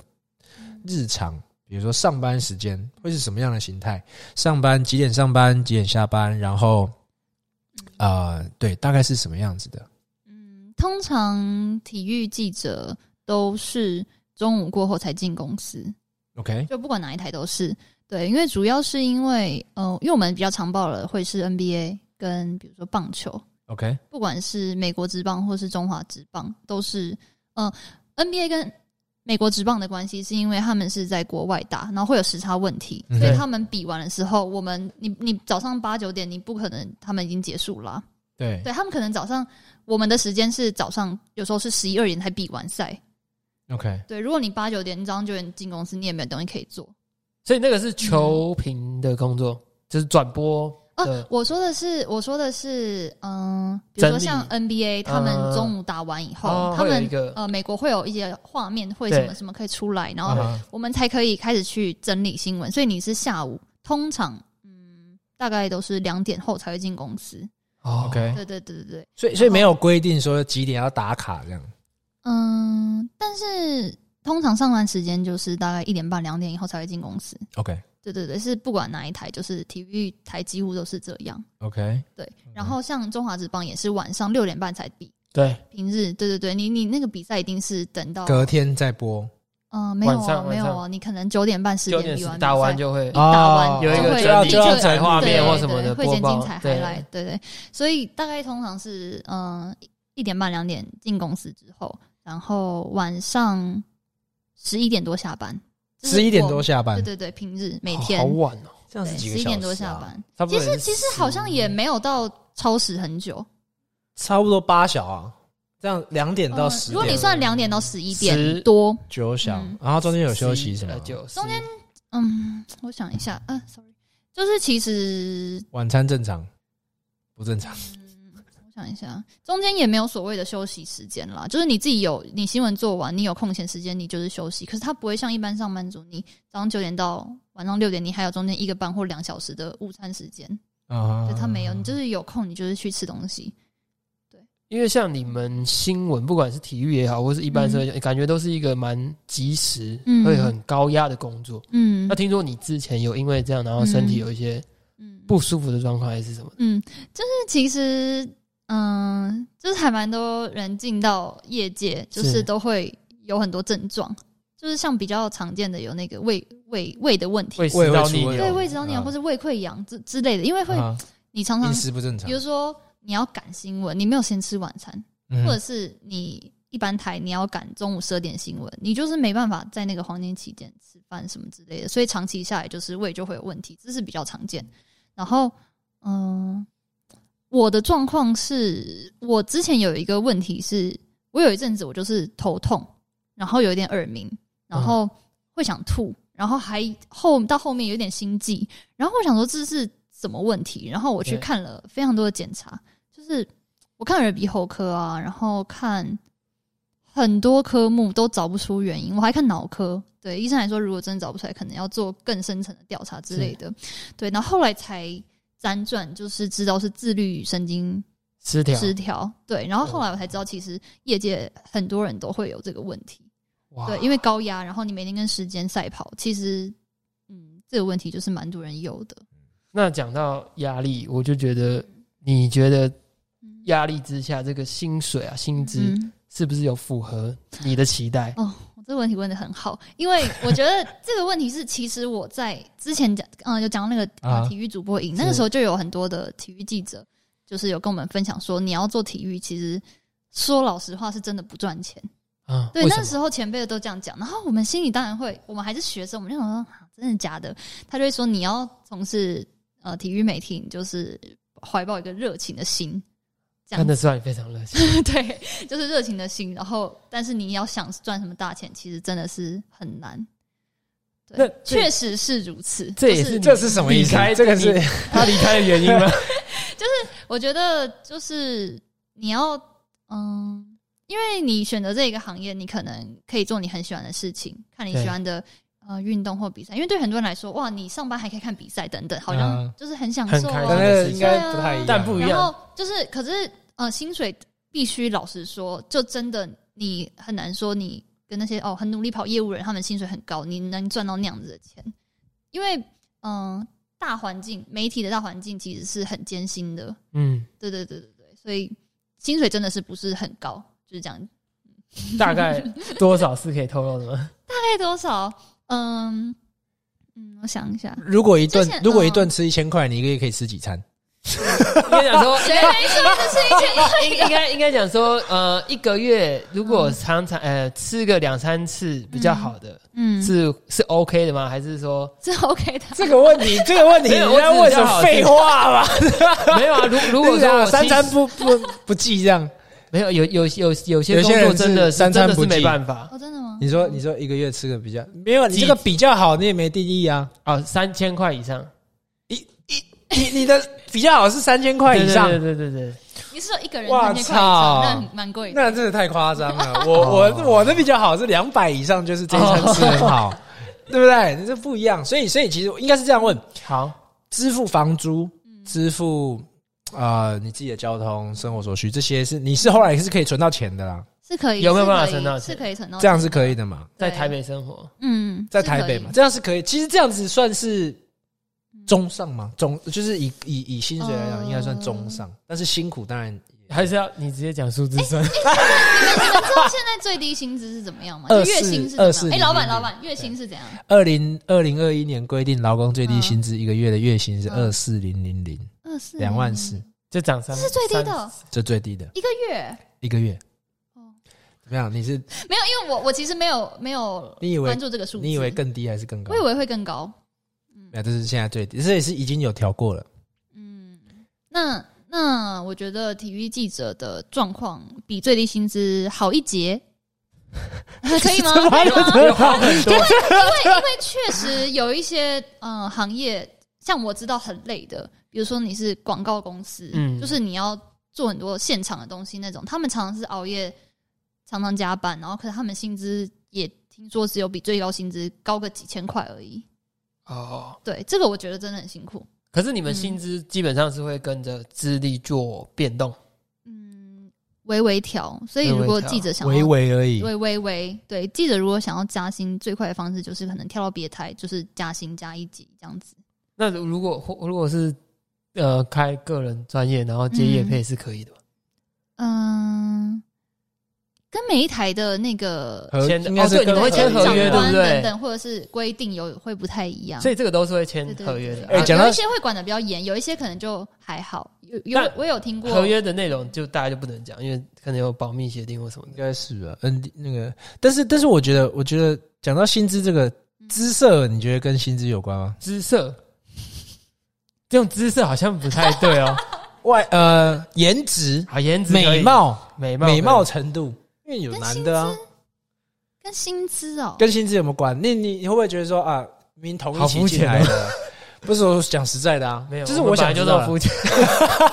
Speaker 1: 日常，比如说上班时间会是什么样的形态？上班几点上班，几点下班，然后啊、呃对，大概是什么样子的？
Speaker 3: 嗯通常体育记者都是中午过后才进公司，
Speaker 1: OK，
Speaker 3: 就不管哪一台都是对，因为主要是因为呃，因为我们比较常报了会是 NBA 跟比如说棒球，
Speaker 1: OK，
Speaker 3: 不管是美国职棒或是中华职棒，都是嗯、呃 NBA 跟美国职棒的关系是因为他们是在国外打，然后会有时差问题，
Speaker 1: 嗯
Speaker 3: 所以他们比完的时候，我们你你早上八九点，你不可能他们已经结束了啊、
Speaker 1: 对，
Speaker 3: 对他们可能早上我们的时间是早上，有时候是十一二点才比完赛。
Speaker 1: OK，
Speaker 3: 对，如果你八九点，你早上九点进公司，你也没有东西可以做。
Speaker 2: 所以那个是球评的工作，就是转播
Speaker 3: 啊
Speaker 2: 的，哦
Speaker 3: 我说的是，我说的是，嗯，比如说像 NBA，他们中午打完以后，
Speaker 2: 呃哦
Speaker 3: 他
Speaker 2: 会有
Speaker 3: 们
Speaker 2: 一个
Speaker 3: 呃，美国会有一些画面会什么
Speaker 2: 对嗯
Speaker 3: 什么可以出来，然后
Speaker 1: 啊
Speaker 3: 我们才可以开始去整理新闻。所以你是下午，通常嗯，大概都是两点后才会进公司。
Speaker 2: 哦
Speaker 1: OK，
Speaker 3: 对对对对对，
Speaker 1: 所以所以没有规定说几点要打卡这样。
Speaker 3: 嗯，但是通常上班时间就是大概一点半、两点以后才会进公司。
Speaker 1: OK
Speaker 3: 对对对，是不管哪一台，就是体育台几乎都是这样。
Speaker 1: OK，
Speaker 3: 对，
Speaker 2: 嗯
Speaker 3: 然后像中华职棒也是晚上六点半才比，
Speaker 2: 对，
Speaker 3: 平日，对对对，你你那个比赛一定是等到，
Speaker 1: 隔天再播。
Speaker 3: 嗯、没有
Speaker 2: 晚上
Speaker 3: 啊，没有
Speaker 2: 晚
Speaker 3: 啊，你可能九点半十
Speaker 2: 九点
Speaker 3: 点比
Speaker 2: 十
Speaker 3: 完比
Speaker 2: 打完
Speaker 3: 赛哦
Speaker 2: 就会
Speaker 3: 你
Speaker 1: 哦
Speaker 3: 打完
Speaker 2: 有一
Speaker 3: 就
Speaker 2: 个
Speaker 3: 会
Speaker 1: 就要
Speaker 2: 整理
Speaker 1: 就要
Speaker 3: 就
Speaker 1: 整理
Speaker 2: 画面
Speaker 3: 对
Speaker 2: 或什么
Speaker 3: 对
Speaker 2: 的
Speaker 3: 会
Speaker 2: 播
Speaker 3: 剪精
Speaker 2: 报
Speaker 3: 彩，还
Speaker 2: 对
Speaker 3: 来，对对，所以大概通常是嗯一点半两点进公司之后，然后晚上十一点多下班，这是
Speaker 1: 十一点
Speaker 3: 我
Speaker 1: 多下班
Speaker 3: 对，对对，平日每
Speaker 2: 哦
Speaker 3: 天
Speaker 2: 好晚哦，
Speaker 1: 这样是几
Speaker 3: 十
Speaker 1: 个
Speaker 3: 一
Speaker 1: 小时、啊？
Speaker 3: 点多下，班，
Speaker 2: 差不多
Speaker 3: 其
Speaker 2: 也
Speaker 3: 实
Speaker 2: 是
Speaker 3: 其实
Speaker 2: 15
Speaker 3: 好像也没有到超时很久，
Speaker 1: 差不多八小啊，这样两点到
Speaker 3: 嗯
Speaker 1: 十
Speaker 3: 如果你
Speaker 1: 点
Speaker 3: 算两点到十一
Speaker 2: 10
Speaker 3: 点多，
Speaker 1: 九小
Speaker 3: 嗯，
Speaker 1: 然后中间有休息什么？
Speaker 2: 呃九
Speaker 3: 中间嗯，我想一下，嗯、s o r r y 就是其实
Speaker 1: 晚餐正常，不正常。
Speaker 3: 我想一下，中间也没有所谓的休息时间啦，就是你自己有你新闻做完，你有空闲时间，你就是休息。可是它不会像一般上班族，你早上九点到晚上六点，你还有中间一个半或两小时的午餐时间，
Speaker 1: 啊
Speaker 3: 对，它没有，你就是有空，你就是去吃东西。
Speaker 2: 因为像你们新闻，不管是体育也好，或是一般社会，感觉都是一个蛮及时、
Speaker 3: 嗯
Speaker 2: 会很高压的工作。
Speaker 3: 嗯
Speaker 2: 那听说你之前有因为这样，然后身体有一些
Speaker 3: 嗯，
Speaker 2: 不舒服的状况，还是什么？
Speaker 3: 嗯，就是其实，嗯，就是还蛮多人进到业界，就是
Speaker 2: 是
Speaker 3: 都会有很多症状，就是像比较常见的有那个胃胃胃的问题，
Speaker 2: 胃食
Speaker 1: 胃
Speaker 2: 道
Speaker 1: 会
Speaker 2: 逆
Speaker 1: 出
Speaker 2: 流
Speaker 1: 问
Speaker 3: 对
Speaker 1: 题
Speaker 3: 胃食道逆流
Speaker 1: 啊
Speaker 3: 或者胃溃疡之之类的，因为会
Speaker 1: 啊
Speaker 3: 你常
Speaker 2: 嗯
Speaker 3: 常
Speaker 1: 饮，食不正常
Speaker 3: 比如，说你要赶新闻，你没有先吃晚餐，
Speaker 1: 嗯
Speaker 3: 或者是你。一般台你要赶中午十二点新闻，你就是没办法在那个黄金期间吃饭什么之类的，所以长期下来就是胃就会有问题，这是比较常见。然后，嗯，我的状况是我之前有一个问题是，我有一阵子我就是头痛，然后有一点耳鸣，然后会想吐，然后还后到后面有点心悸，然后我想说这是什么问题，然后我去
Speaker 2: 对
Speaker 3: 看了非常多的检查，就是我看耳鼻喉科啊，然后看很多科目都找不出原因，我还看脑科。对医生来说，如果真的找不出来，可能要做更深层的调查之类的。对，然后后来才辗转，就是知道是自律神经
Speaker 2: 失调。哦
Speaker 3: 失调。对，然后后来我才知道，其实业界很多人都会有这个问题。
Speaker 2: 哇
Speaker 3: 对，因为高压，然后你每天跟时间赛跑，其实嗯，这个问题就是蛮多人有的。
Speaker 2: 那讲到压力，我就觉得，你觉得压力之下，这个薪水啊、薪资
Speaker 3: 嗯，
Speaker 2: 是不是有符合你的期待？
Speaker 3: 我这个问题问的很好，因为我觉 得这个问题是，其实我在之前讲，嗯、有讲到那个、
Speaker 1: 啊
Speaker 3: 呃、体育主播营，那个
Speaker 2: 是
Speaker 3: 时候就有很多的体育记者，就是有跟我们分享说，你要做体育，其实说老实话是真的不赚钱。
Speaker 2: 啊，
Speaker 3: 对，
Speaker 2: 为什
Speaker 3: 那
Speaker 2: 么？
Speaker 3: 时候前辈都这样讲，然后我们心里当然会，我们还是学生，我们就想说、啊真的假的？他就会说你要从事呃体育媒体，你就是怀抱一个热情的心，这
Speaker 2: 看
Speaker 3: 样
Speaker 2: 得
Speaker 3: 子
Speaker 2: 出来你非常热情。
Speaker 3: 对，就是热情的心。然后，但是你要想赚什么大钱，其实真的是很难。
Speaker 2: 那
Speaker 3: 对，
Speaker 2: 这
Speaker 3: 确实是如此。
Speaker 2: 这也
Speaker 3: 就是
Speaker 2: 你
Speaker 1: 这是什么意思
Speaker 2: 避开？
Speaker 1: 这个是
Speaker 2: 你他离开的原 因吗？
Speaker 3: 我觉得就是你要，嗯，因为你选择这一个行业，你可能可以做你很喜欢的事情，看你
Speaker 2: 对
Speaker 3: 喜欢的呃运动或比赛。因为对很多人来说，哇，你上班还可以看比赛等等，好像
Speaker 1: 啊
Speaker 3: 就是很享
Speaker 2: 很
Speaker 3: 受、
Speaker 2: 开
Speaker 1: 但
Speaker 2: 心
Speaker 3: 啊。
Speaker 1: 那个应该不太一样，
Speaker 2: 但不一
Speaker 3: 然
Speaker 2: 样
Speaker 3: 后就是，可是呃，薪水必须老实说，就真的你很难说你跟那些哦很努力跑业务人，他们薪水很高，你能赚到那样子的钱，因为嗯、呃大环境媒体的大环境其实是很艰辛的。
Speaker 2: 嗯，
Speaker 3: 对对对对对，所以薪水真的是不是很高，就是这样。
Speaker 2: 大概多少是可以透露的 吗？
Speaker 3: 大概多少？嗯嗯，我想一下，
Speaker 1: 如果一顿
Speaker 3: 之前
Speaker 1: 如果一顿吃一千块，你一个月可以吃几
Speaker 2: 嗯
Speaker 1: 餐？
Speaker 2: 应该讲 说，
Speaker 3: 谁没说这是一千？
Speaker 2: 应应该应该讲说，呃，一个月如果常常呃吃个两三次比较好的，
Speaker 3: 嗯，
Speaker 2: 是是 OK 的吗？还是 说
Speaker 3: 是 OK 的。
Speaker 1: 这个问题，这个问题
Speaker 2: 没有
Speaker 1: 你在问什么废话吧？
Speaker 2: 没有啊？如 如果
Speaker 1: 对
Speaker 2: 说
Speaker 1: 啊
Speaker 2: 我
Speaker 1: 三
Speaker 2: 其实
Speaker 1: 餐不不不计这样，
Speaker 2: 没有有有有有些
Speaker 1: 有些
Speaker 2: 工作
Speaker 1: 人是
Speaker 2: 真的是
Speaker 1: 三餐
Speaker 2: 真的
Speaker 1: 不
Speaker 2: 是
Speaker 1: 继
Speaker 2: 没办法
Speaker 3: 哦，真的吗？
Speaker 1: 你说你说一个月吃个比较没有，你
Speaker 2: 几
Speaker 1: 这个比较好，你也没定义啊。
Speaker 2: 啊，三千块以上
Speaker 1: 你你的比较好是三千块以上
Speaker 2: 对，对对对对，
Speaker 3: 你是说一个人
Speaker 1: 哇
Speaker 3: 三千块以上，
Speaker 1: 操
Speaker 3: 那很蛮贵的。
Speaker 1: 那真的太夸张 了。我我我的比较好是两百以上，就是这一餐吃很好，
Speaker 3: 哦
Speaker 1: 对不对？这不一样。所以所以其实我应该是这样问：
Speaker 2: 好，
Speaker 1: 支付房租、
Speaker 3: 嗯
Speaker 1: 支付呃你自己的交通、生活所需，这些是你是后来是可以存到钱的啦，
Speaker 3: 是可以
Speaker 2: 有没有
Speaker 3: 是可
Speaker 2: 办法
Speaker 3: 以
Speaker 2: 存到钱
Speaker 3: 哦是可以存到
Speaker 1: 这样
Speaker 3: 钱
Speaker 1: 是可以的嘛？
Speaker 2: 在台，北生活，
Speaker 3: 对嗯，
Speaker 1: 在
Speaker 3: 是
Speaker 1: 台
Speaker 3: 可
Speaker 1: 北
Speaker 3: 以哎
Speaker 1: 嘛，，这样是可以。其实这样子算是中上嘛，中就是以以以薪水
Speaker 3: 哦
Speaker 1: 来讲，应该算中上，但是辛苦当然
Speaker 2: 还是要你直接讲数字算？
Speaker 3: 哎你们知道现在最低薪资是怎么样 吗？就
Speaker 1: 24
Speaker 3: 月薪是怎么
Speaker 1: 24
Speaker 3: 样？哎，老板，
Speaker 1: 零零
Speaker 3: 老板，月薪是怎样？
Speaker 1: 二零二零二一年规定，劳工最低薪资一个月的月薪
Speaker 3: 嗯
Speaker 1: 是二四零零零，
Speaker 3: 二四
Speaker 1: 两万四，
Speaker 3: 嗯
Speaker 2: 就涨三，
Speaker 3: 这是最低的
Speaker 2: 三
Speaker 1: 这最低的
Speaker 3: 一个月。
Speaker 1: 一个月。
Speaker 3: 哦
Speaker 1: 怎么样？你是
Speaker 3: 没有，因为我我其实没有没有
Speaker 1: 你以为
Speaker 3: 关注这个数字，
Speaker 1: 你以为更低还是更高
Speaker 3: 我以？为会更高。
Speaker 1: 没有，这是现在最低，这也是已经有调过了。
Speaker 3: 嗯，那那我觉得体育记者的状况比最低薪资好 一截，可以吗？可以吗？
Speaker 2: 有好很多，
Speaker 3: 因为确实有一些嗯、呃行业，像我知道很累的，比如说你是广告公司，
Speaker 2: 嗯
Speaker 3: 就是你要做很多现场的东西那种，他们常常是熬夜，常常加班，然后可是他们薪资也听说只有比最高薪资高个几千块而已。
Speaker 2: 哦。
Speaker 3: 对，这个我觉得真的很辛苦。
Speaker 2: 可是你们薪资基本上是会跟着资历做变动，
Speaker 3: 嗯，微微调，所以
Speaker 2: 微微
Speaker 3: 如果
Speaker 2: 调
Speaker 3: 记者想要
Speaker 1: 微微而已，
Speaker 3: 对，微微对记者如果想要加薪，最快的方式就是可能跳到别台，就是加薪加一级这样子。
Speaker 2: 那如如果或如果是呃开个人专业，然后接业配是可以的吧？
Speaker 3: 嗯，跟每一台的那个
Speaker 1: 合
Speaker 2: 签的
Speaker 1: 嗯应该
Speaker 2: 哦
Speaker 1: 是
Speaker 2: 对你
Speaker 1: 更
Speaker 2: 会签合
Speaker 3: 长
Speaker 2: 约对
Speaker 3: 官
Speaker 2: 不对
Speaker 3: 等等，或者是规定有会不太一样。
Speaker 2: 所以这个都是会签
Speaker 3: 对对
Speaker 2: 合约的。
Speaker 3: 对
Speaker 1: 哎
Speaker 2: 啊
Speaker 1: 讲
Speaker 3: 有
Speaker 1: 到
Speaker 3: 一些会管的比较严，有一些可能就还好。有有
Speaker 2: 但
Speaker 3: 我有听过
Speaker 2: 合约的内容就大家就不能讲，因为可能有保密协定或什么
Speaker 1: 应
Speaker 2: 的。
Speaker 1: 该是吧。嗯，那个，但是但是，我觉得我觉得讲到薪资这个
Speaker 3: 嗯
Speaker 1: 姿色，你觉得跟薪资有关吗？
Speaker 2: 姿色，这种姿色好像不太对哦。
Speaker 1: 外呃，颜值、
Speaker 2: 好，颜值可以
Speaker 1: 美、貌、
Speaker 2: 美貌、
Speaker 1: 美貌
Speaker 2: 可以
Speaker 1: 程度，因为有
Speaker 3: 跟
Speaker 1: 男
Speaker 3: 薪
Speaker 1: 的啊。
Speaker 3: 资跟薪资哦，
Speaker 1: 跟薪资有没有关？那你你会不会觉得说啊，明明同一
Speaker 2: 好
Speaker 1: 起
Speaker 2: 肤
Speaker 1: 进
Speaker 2: 浅哦
Speaker 1: 来的，不是我讲实在的啊，
Speaker 2: 没有，
Speaker 1: 就是
Speaker 2: 我们本
Speaker 1: 想
Speaker 2: 来就
Speaker 1: 知
Speaker 2: 这
Speaker 1: 道
Speaker 2: 种
Speaker 1: 的
Speaker 2: 肤浅。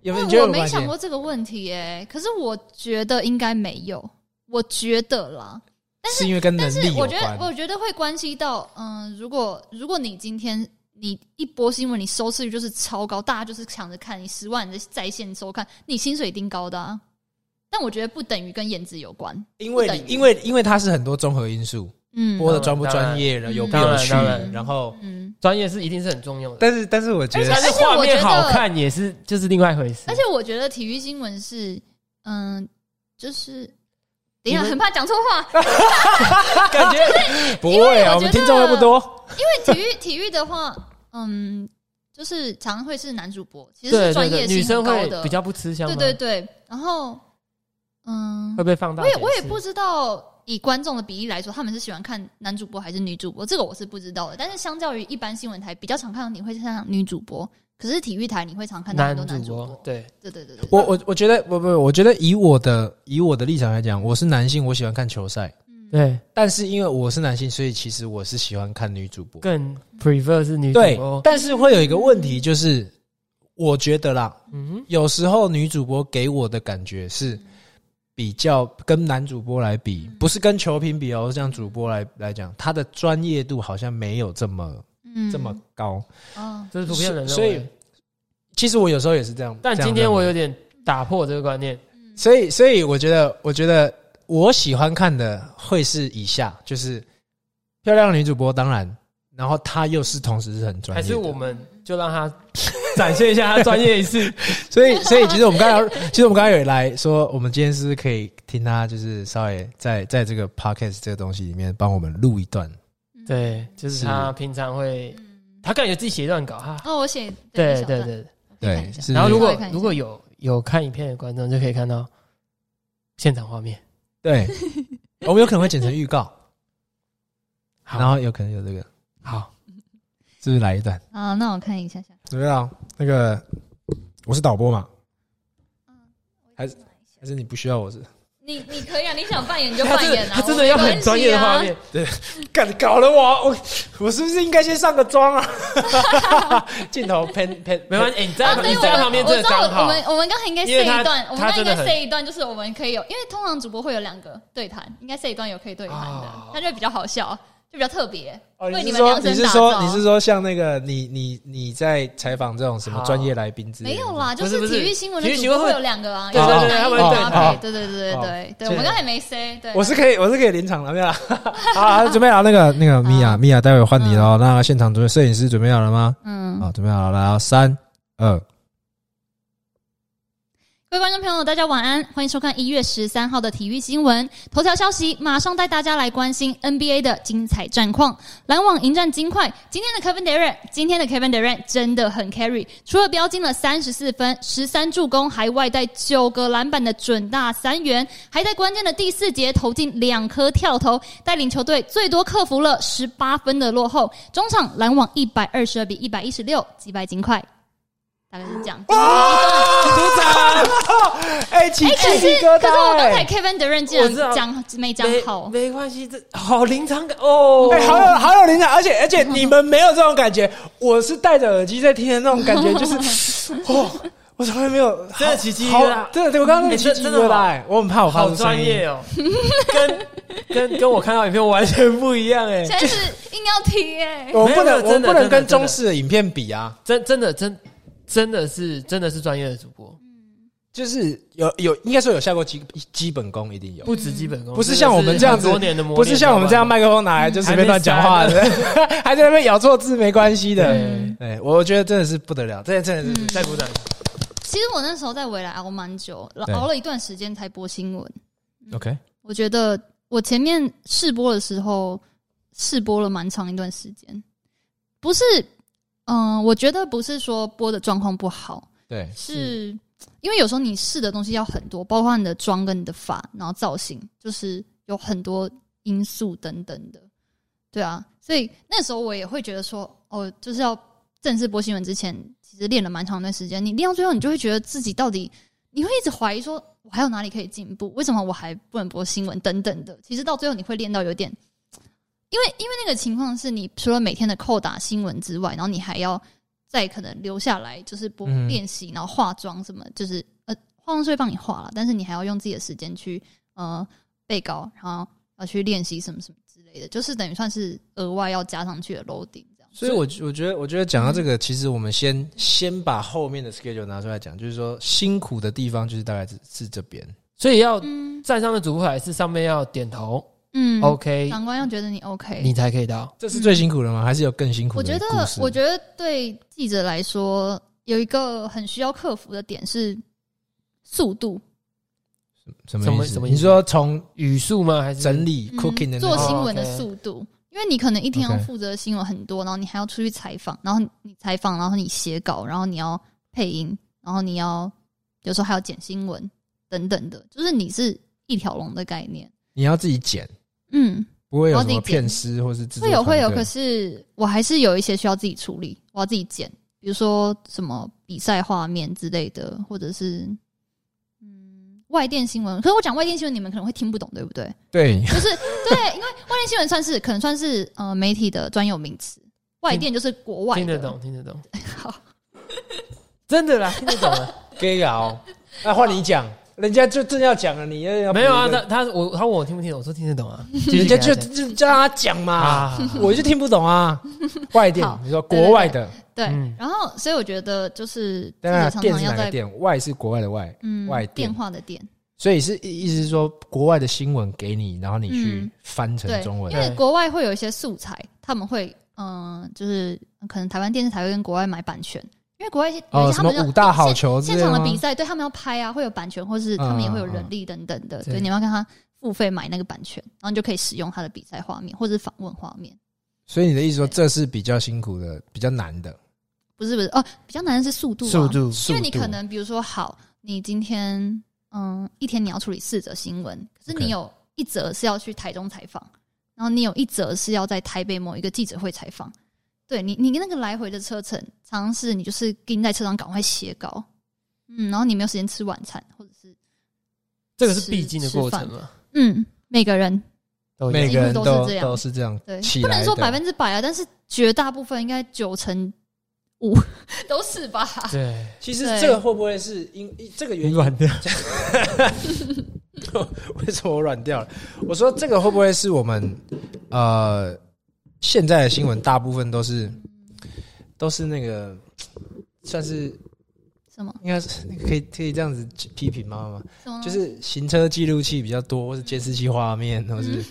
Speaker 1: 有没有你觉
Speaker 3: 那
Speaker 1: 得
Speaker 3: 我
Speaker 1: 有
Speaker 3: 没
Speaker 1: 关系
Speaker 3: 想？过这个问题耶、可是我觉得应该没有，我觉得啦。
Speaker 1: 是因为跟能
Speaker 3: 但是
Speaker 1: 力有
Speaker 3: 我觉得，
Speaker 1: 关。
Speaker 3: 我觉得会关系到，嗯，如果如果你今天你一波新闻，你收视率就是超高，大家就是抢着看，你十万人在线收看，你薪水一定高的啊。但我觉得不等于跟颜值有关，
Speaker 1: 因为
Speaker 3: 不
Speaker 1: 你
Speaker 3: 等于
Speaker 1: 因为因为它是很多综合因素，
Speaker 3: 嗯
Speaker 1: 播的专不专业，然后
Speaker 3: 然
Speaker 1: 有不
Speaker 3: 当
Speaker 1: 有
Speaker 2: 然
Speaker 1: 趣
Speaker 2: 当然，
Speaker 1: 然后
Speaker 3: 嗯。
Speaker 2: 专业是一定是很重要的，
Speaker 1: 但是但是我觉
Speaker 3: 而
Speaker 1: 得
Speaker 2: 但
Speaker 3: 且
Speaker 2: 是画
Speaker 3: 我觉
Speaker 2: 面
Speaker 3: 得
Speaker 2: 好看也是就是另外一回事
Speaker 3: 而。且我觉得体育新闻是，嗯，就是等一
Speaker 2: 你
Speaker 3: 下
Speaker 2: 们
Speaker 3: 很怕讲错话，
Speaker 2: 感觉
Speaker 1: 不
Speaker 3: 因为
Speaker 1: 会啊，
Speaker 3: 我
Speaker 1: 我们
Speaker 3: 觉
Speaker 1: 听众又不
Speaker 3: 得
Speaker 1: 多，
Speaker 3: 因为体育体育的话，嗯，就是常常会是男主播，其实
Speaker 2: 对
Speaker 3: 是
Speaker 2: 对
Speaker 3: 专业
Speaker 2: 对，女
Speaker 3: 性
Speaker 2: 生
Speaker 3: 很高
Speaker 2: 会
Speaker 3: 的，
Speaker 2: 比较不吃香吗，
Speaker 3: 对对对。然后，嗯
Speaker 2: 会，被放大
Speaker 3: 我
Speaker 2: 解
Speaker 3: 也
Speaker 2: 释。
Speaker 3: 我也不知道，以观众的比例来说，他们是喜欢看男主播还是女主播，这个我是不知道的。但是相较于一般新闻台，比较常看到你会看到女主播，可是体育台你会常看到
Speaker 2: 男
Speaker 3: 很多男主
Speaker 2: 主
Speaker 3: 播
Speaker 2: 播，，对，
Speaker 3: 对对对对，
Speaker 1: 我我我觉得不不，我觉得以我的以我的立场来讲，我是男性，我喜欢看球赛，
Speaker 3: 嗯
Speaker 2: 对，
Speaker 1: 但是因为我是男性，所以其实我是喜欢看女主播。
Speaker 2: 更 prefer 是女主
Speaker 1: 对
Speaker 2: 播，，
Speaker 1: 但是会有一个问题，就是我觉得啦，
Speaker 2: 嗯
Speaker 1: 有时候女主播给我的感觉是比较跟男主播来比，不是跟球评比哦，像主播来来讲，他的专业度好像没有这么
Speaker 3: 嗯
Speaker 1: 这么高。
Speaker 2: 哼，这是普遍人认
Speaker 1: 所以
Speaker 2: 为。
Speaker 1: 其实我有时候也是这样，
Speaker 2: 但
Speaker 1: 这样
Speaker 2: 今天
Speaker 1: 认为
Speaker 2: 我有点打破这个观念，
Speaker 3: 嗯
Speaker 1: 所以，所以我觉得，我觉得我喜欢看的会是以下，就是漂亮的女主播，当然，然后她又是同时是很专
Speaker 2: 还
Speaker 1: 业的，
Speaker 2: 是我们就让他展现一下他专业一 次，
Speaker 1: 所以，所以其实我们刚才，其实我们刚才有来说，我们今天是不是可以听她，就是稍微在在这个 podcast 这个东西里面帮我们录一段，
Speaker 2: 对，
Speaker 3: 嗯
Speaker 2: 就是他平常会，他感觉自己写一段稿哈，
Speaker 3: 哦，我写
Speaker 2: 对对，对，
Speaker 3: 我看一下
Speaker 1: 对是
Speaker 2: 然后如
Speaker 3: 稍
Speaker 2: 果
Speaker 3: 微看一下
Speaker 2: 如果有有看影片的观众就可以看到现场画面，
Speaker 1: 对，我们有可能会剪成预告，
Speaker 2: 好
Speaker 1: 然后有可能有这个，
Speaker 2: 好，
Speaker 1: 是不是来一段？
Speaker 3: 啊，那我看一下下，
Speaker 1: 怎么样？那个我是导播嘛，还是还是你不需要我是？
Speaker 3: 你你可以啊，你想扮演你就
Speaker 2: 他
Speaker 3: 扮
Speaker 2: 真
Speaker 3: 演
Speaker 2: 的
Speaker 3: 啊，
Speaker 2: 他真的要很专业的画面，
Speaker 1: 干搞了我，我我是不是应该先上个妆啊？ 镜头喷喷，
Speaker 2: 没关系，哎你在
Speaker 3: 啊，对，
Speaker 2: 你
Speaker 3: 我
Speaker 2: 在旁边真的
Speaker 3: 我知道
Speaker 2: 刚
Speaker 3: 我
Speaker 2: 好，
Speaker 3: 们我们刚才应该
Speaker 2: 因为
Speaker 3: 塞
Speaker 2: 他
Speaker 3: 一段，我们
Speaker 2: 他
Speaker 3: 刚才
Speaker 2: 真
Speaker 3: 应
Speaker 2: 的
Speaker 3: 该
Speaker 2: 很
Speaker 3: 塞一段，就是我们可以有，因为通常主播会有两个对谈，应该塞一段有可以对谈的
Speaker 2: 哦，
Speaker 3: 那就比较好笑，就比较特别，
Speaker 1: 哦，
Speaker 3: 为
Speaker 1: 你是
Speaker 3: 们
Speaker 1: 说
Speaker 3: 量
Speaker 1: 你
Speaker 3: 身
Speaker 1: 是
Speaker 3: 打
Speaker 1: 说
Speaker 3: 造。
Speaker 1: 你是说像那个你你你在采访这种什么专业来宾之类
Speaker 3: 没
Speaker 1: 的？
Speaker 3: 有啦，就
Speaker 2: 不是不是
Speaker 3: 体育新闻的
Speaker 2: 体育
Speaker 3: 主
Speaker 2: 新闻
Speaker 3: 播
Speaker 2: 会
Speaker 3: 会有两个啊，
Speaker 2: 对哦
Speaker 3: 有
Speaker 1: 对
Speaker 3: 男
Speaker 1: 对
Speaker 3: 一
Speaker 1: 他
Speaker 3: 女
Speaker 1: 们会对
Speaker 3: 搭
Speaker 1: 好
Speaker 3: 配，对对对对
Speaker 1: 好
Speaker 3: 对对，
Speaker 1: 这
Speaker 3: 我们刚才没塞，对，
Speaker 1: 我是可以，我是可以临场了，没有啦？ 好啦，准备好那个那个米娅，米娅，啊待会换你喽。那现场准备摄影师准备好了吗？
Speaker 3: 嗯，
Speaker 1: 好，准备好了，来，三二，
Speaker 3: 各位观众朋友，大家晚安，欢迎收看一月十三号的体育新闻头条消息，马上带大家来关心 NBA 的精彩战况。篮网迎战金块，今天的 Kevin Durant，今天的 Kevin Durant 真的很 carry，除了标进了三十四分、十三助攻，还外带九个篮板的准大三元，还在关键的第四节投进两颗跳投，带领球队最多克服了十八分的落后。中场篮网一百二十二比一百一十六击败金块，大概是这样。
Speaker 1: 组长， 哎，起
Speaker 3: 哎，可
Speaker 1: 鸡
Speaker 3: 是
Speaker 1: 皮疙
Speaker 3: 可是我
Speaker 1: 瘩，
Speaker 3: 刚才
Speaker 1: 哎，
Speaker 3: Kevin 的任竟
Speaker 2: 我知道
Speaker 3: 然讲没讲好，
Speaker 2: 没没关系，这好临场感哦，
Speaker 1: 哎好有好有灵感，而且而且你们没有这种感觉，我是戴着耳机在听的那种感觉，就是哦。我从来没有
Speaker 2: 真的起鸡皮
Speaker 1: 好
Speaker 2: 疙瘩
Speaker 1: 真的，对我刚刚那
Speaker 2: 哎
Speaker 1: 起
Speaker 2: 真
Speaker 1: 鸡皮
Speaker 2: 真的
Speaker 1: 疙瘩，
Speaker 2: 好
Speaker 1: 哎我很怕我发
Speaker 2: 好
Speaker 1: 出声
Speaker 2: 专
Speaker 1: 音
Speaker 2: 业。哦，跟 跟跟我看到影片完全不一样哎，
Speaker 3: 现在是硬要踢哎，
Speaker 1: 我不
Speaker 2: 没
Speaker 1: 能，
Speaker 2: 有没有
Speaker 1: 我
Speaker 2: 真的
Speaker 1: 不能
Speaker 2: 真的
Speaker 1: 跟中式的影片比啊，
Speaker 2: 真真的真真的是真的是专业的主播，
Speaker 1: 就是有有，应该说有下过基基本功，一定有，
Speaker 2: 不止基本功，
Speaker 1: 嗯不是像我们这样子
Speaker 2: 真的是很多年的磨练，
Speaker 1: 不是像我们这样麦克风拿来就随便乱讲话的， 还在那边咬错字没关系的。
Speaker 3: 嗯
Speaker 2: 对，
Speaker 1: 对，嗯我觉得真的是不得了，这真的是
Speaker 2: 再鼓掌。
Speaker 3: 其实我那时候在未来熬蛮久，
Speaker 1: 对
Speaker 3: 熬了一段时间才播新闻。
Speaker 1: OK。
Speaker 3: 我觉得我前面试播的时候试播了蛮长一段时间，不是，嗯、我觉得不是说播的状况不好，
Speaker 1: 对，
Speaker 3: 是因为有时候你试的东西要很多，包括你的妆跟你的发，然后造型，就是有很多因素等等的，对啊，所以那时候我也会觉得说，哦，就是要正式播新闻之前，其实练了蛮长一段时间，你练到最后，你就会觉得自己到底，你会一直怀疑说，我还有哪里可以进步？为什么我还不能播新闻等等的？其实到最后你会练到有点。因为因为那个情况是你除了每天的扣打新闻之外，然后你还要再可能留下来，就是不
Speaker 1: 嗯
Speaker 3: 练习，然后化妆什么，就是呃，化妆是会帮你化了，但是你还要用自己的时间去呃背稿，然后要去练习什么什么之类的，就是等于算是额外要加上去的 loading 这样。
Speaker 1: 所以我我觉得，我觉得讲到这个，其实我们先先把后面的 schedule 拿出来讲，就是说辛苦的地方就是大概是是这边，
Speaker 2: 所以要
Speaker 3: 嗯
Speaker 2: 站上面主播台是上面要点头
Speaker 3: 嗯
Speaker 2: ，OK，
Speaker 3: 长官要觉得你 OK，
Speaker 2: 你才可以到。
Speaker 1: 这是最辛苦的吗？还是有更辛苦
Speaker 3: 我
Speaker 1: 的
Speaker 3: 觉得
Speaker 1: 故事？
Speaker 3: 我觉得对记者来说有一个很需要克服的点是速度，
Speaker 1: 什
Speaker 2: 什
Speaker 1: 么
Speaker 2: 么
Speaker 1: 意思
Speaker 2: 什？么意
Speaker 1: 你
Speaker 2: 思
Speaker 1: 说从
Speaker 2: 语速吗？还是
Speaker 1: 整理
Speaker 3: 嗯
Speaker 1: cooking 的那
Speaker 3: 做
Speaker 1: 个
Speaker 2: 哦
Speaker 3: 新闻的
Speaker 2: OK
Speaker 3: 速度，因为你可能一天要
Speaker 1: OK
Speaker 3: 负责的新闻很多，然后你还要出去采访，然后你你采访，然后你写稿，然后你要配音，然后你要有时候还要剪新闻等等的，就是你是一条龙的概念。
Speaker 1: 你要自己剪，
Speaker 3: 嗯，
Speaker 1: 不会有什
Speaker 3: 然
Speaker 1: 么
Speaker 3: 后自己剪
Speaker 1: 骗师或是制作
Speaker 3: 会有
Speaker 1: 团
Speaker 3: 会有，
Speaker 1: 队
Speaker 3: 可是我还是有一些需要自己处理，我要自己剪，比如说什么比赛画面之类的，或者是嗯外电新闻。可是我讲外电新闻，你们可能会听不懂，对不对？
Speaker 1: 对，
Speaker 3: 就是对，因为外电新闻算是可能算是呃媒体的专有名词，外电就是国外
Speaker 2: 听
Speaker 3: 的
Speaker 2: 得懂，听得懂，
Speaker 3: 好，
Speaker 2: 真的啦，听得懂了。
Speaker 1: 给搞，那换你讲，人家就正要讲了，你又要
Speaker 2: 没有啊，
Speaker 1: 补一
Speaker 2: 他
Speaker 1: 个
Speaker 2: 他我他问我听不听懂，我说听得懂 啊，
Speaker 1: 人家就
Speaker 2: 继续
Speaker 1: 就就让他讲
Speaker 2: 给他讲
Speaker 1: 嘛，
Speaker 2: 啊，
Speaker 1: 我就听不懂啊。外电
Speaker 3: 好，
Speaker 1: 你说国外的，
Speaker 3: 对。
Speaker 2: 嗯
Speaker 3: 然后，所以我觉得就是记
Speaker 1: 当然
Speaker 3: 者
Speaker 1: 啊
Speaker 3: 常
Speaker 1: 电
Speaker 3: 常
Speaker 1: 是
Speaker 3: 要
Speaker 1: 哪个
Speaker 3: 在
Speaker 1: 电？外是国外的外，
Speaker 3: 嗯
Speaker 1: 外电
Speaker 3: 电话的电，
Speaker 1: 所以是意思是说国外的新闻给你，然后你去
Speaker 3: 嗯
Speaker 1: 翻成
Speaker 3: 对，
Speaker 1: 中文
Speaker 3: 因。为国外会有一些素材，他们会嗯、呃就是可能台湾电视台会跟国外买版权，因为国外有一些
Speaker 1: 哦，
Speaker 3: 他
Speaker 1: 什
Speaker 3: 们
Speaker 1: 么
Speaker 3: 要
Speaker 1: 五大好球之
Speaker 3: 现
Speaker 1: 类
Speaker 3: 场
Speaker 1: 吗嗯
Speaker 3: 的比赛，对他们要拍啊，会有版权，或是他们也会有人力等等的，
Speaker 2: 嗯嗯
Speaker 3: 对，你们要跟他付费买那个版权，然后你就可以使用他的比赛画面或是访问画面。
Speaker 1: 所以你的意思说这是比较辛苦的，比较难的
Speaker 3: 不是不是哦，比较难的是速度、啊，
Speaker 2: 速，度
Speaker 1: 速
Speaker 3: 因
Speaker 1: 度
Speaker 3: 为你可能比如说好，你今天嗯一天你要处理四则新闻，可是
Speaker 1: OK
Speaker 3: 你有一则是要去台中采访，然后你有一则是要在台北某一个记者会采访，对你你那个来回的车程，常常是你就是跟在车上赶快写稿，嗯，然后你没有时间吃晚餐，或者是
Speaker 2: 这个是必经的过程
Speaker 3: 吃
Speaker 2: 嘛，
Speaker 3: 嗯每个人
Speaker 2: 都一样
Speaker 1: 每个人
Speaker 3: 几乎
Speaker 1: 都
Speaker 3: 都是这样
Speaker 1: 是这样
Speaker 3: 对，
Speaker 1: 起
Speaker 3: 不
Speaker 1: 来的。
Speaker 3: 能说百分之百啊，但是绝大部分应该九成五 都是吧。
Speaker 2: 对
Speaker 1: 其实
Speaker 3: 对
Speaker 1: 这个会不会是因因这个原因？
Speaker 2: 软 的，
Speaker 1: 为什么我软掉了？我说这个会不会是我们呃现在的新闻大部分都是都是那个算是
Speaker 3: 什么
Speaker 1: 应该是可以可以这样子批评妈妈吗？
Speaker 3: 什么？
Speaker 1: 就是行车记录器比较多，或是监视器画面，或是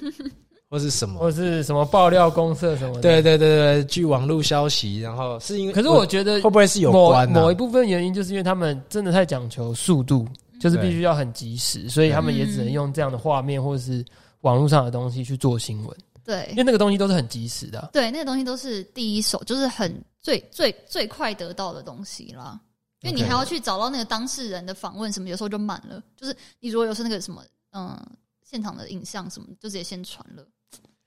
Speaker 1: 或是什 么？
Speaker 2: 或是什么爆料公社什么的。
Speaker 1: 对对对对，据网络消息，然后是因为
Speaker 2: 可是我觉得
Speaker 1: 会不会是有
Speaker 2: 某
Speaker 1: 关啊呢、
Speaker 2: 某一部分原因，就是因为他们真的太讲求速度，就是必须要很及时，所以他们也只
Speaker 3: 嗯
Speaker 2: 能用这样的画面或者是网络上的东西去做新闻，
Speaker 3: 对
Speaker 2: 因为那个东西都是很及时的啊、
Speaker 3: 对，那个东西都是第一手，就是很最最最快得到的东西啦。因为你
Speaker 1: OK
Speaker 3: 还要去找到那个当事人的访问什么，有时候就慢了。就是你如果有是那个什么，嗯、现场的影像什么，就直接先传了，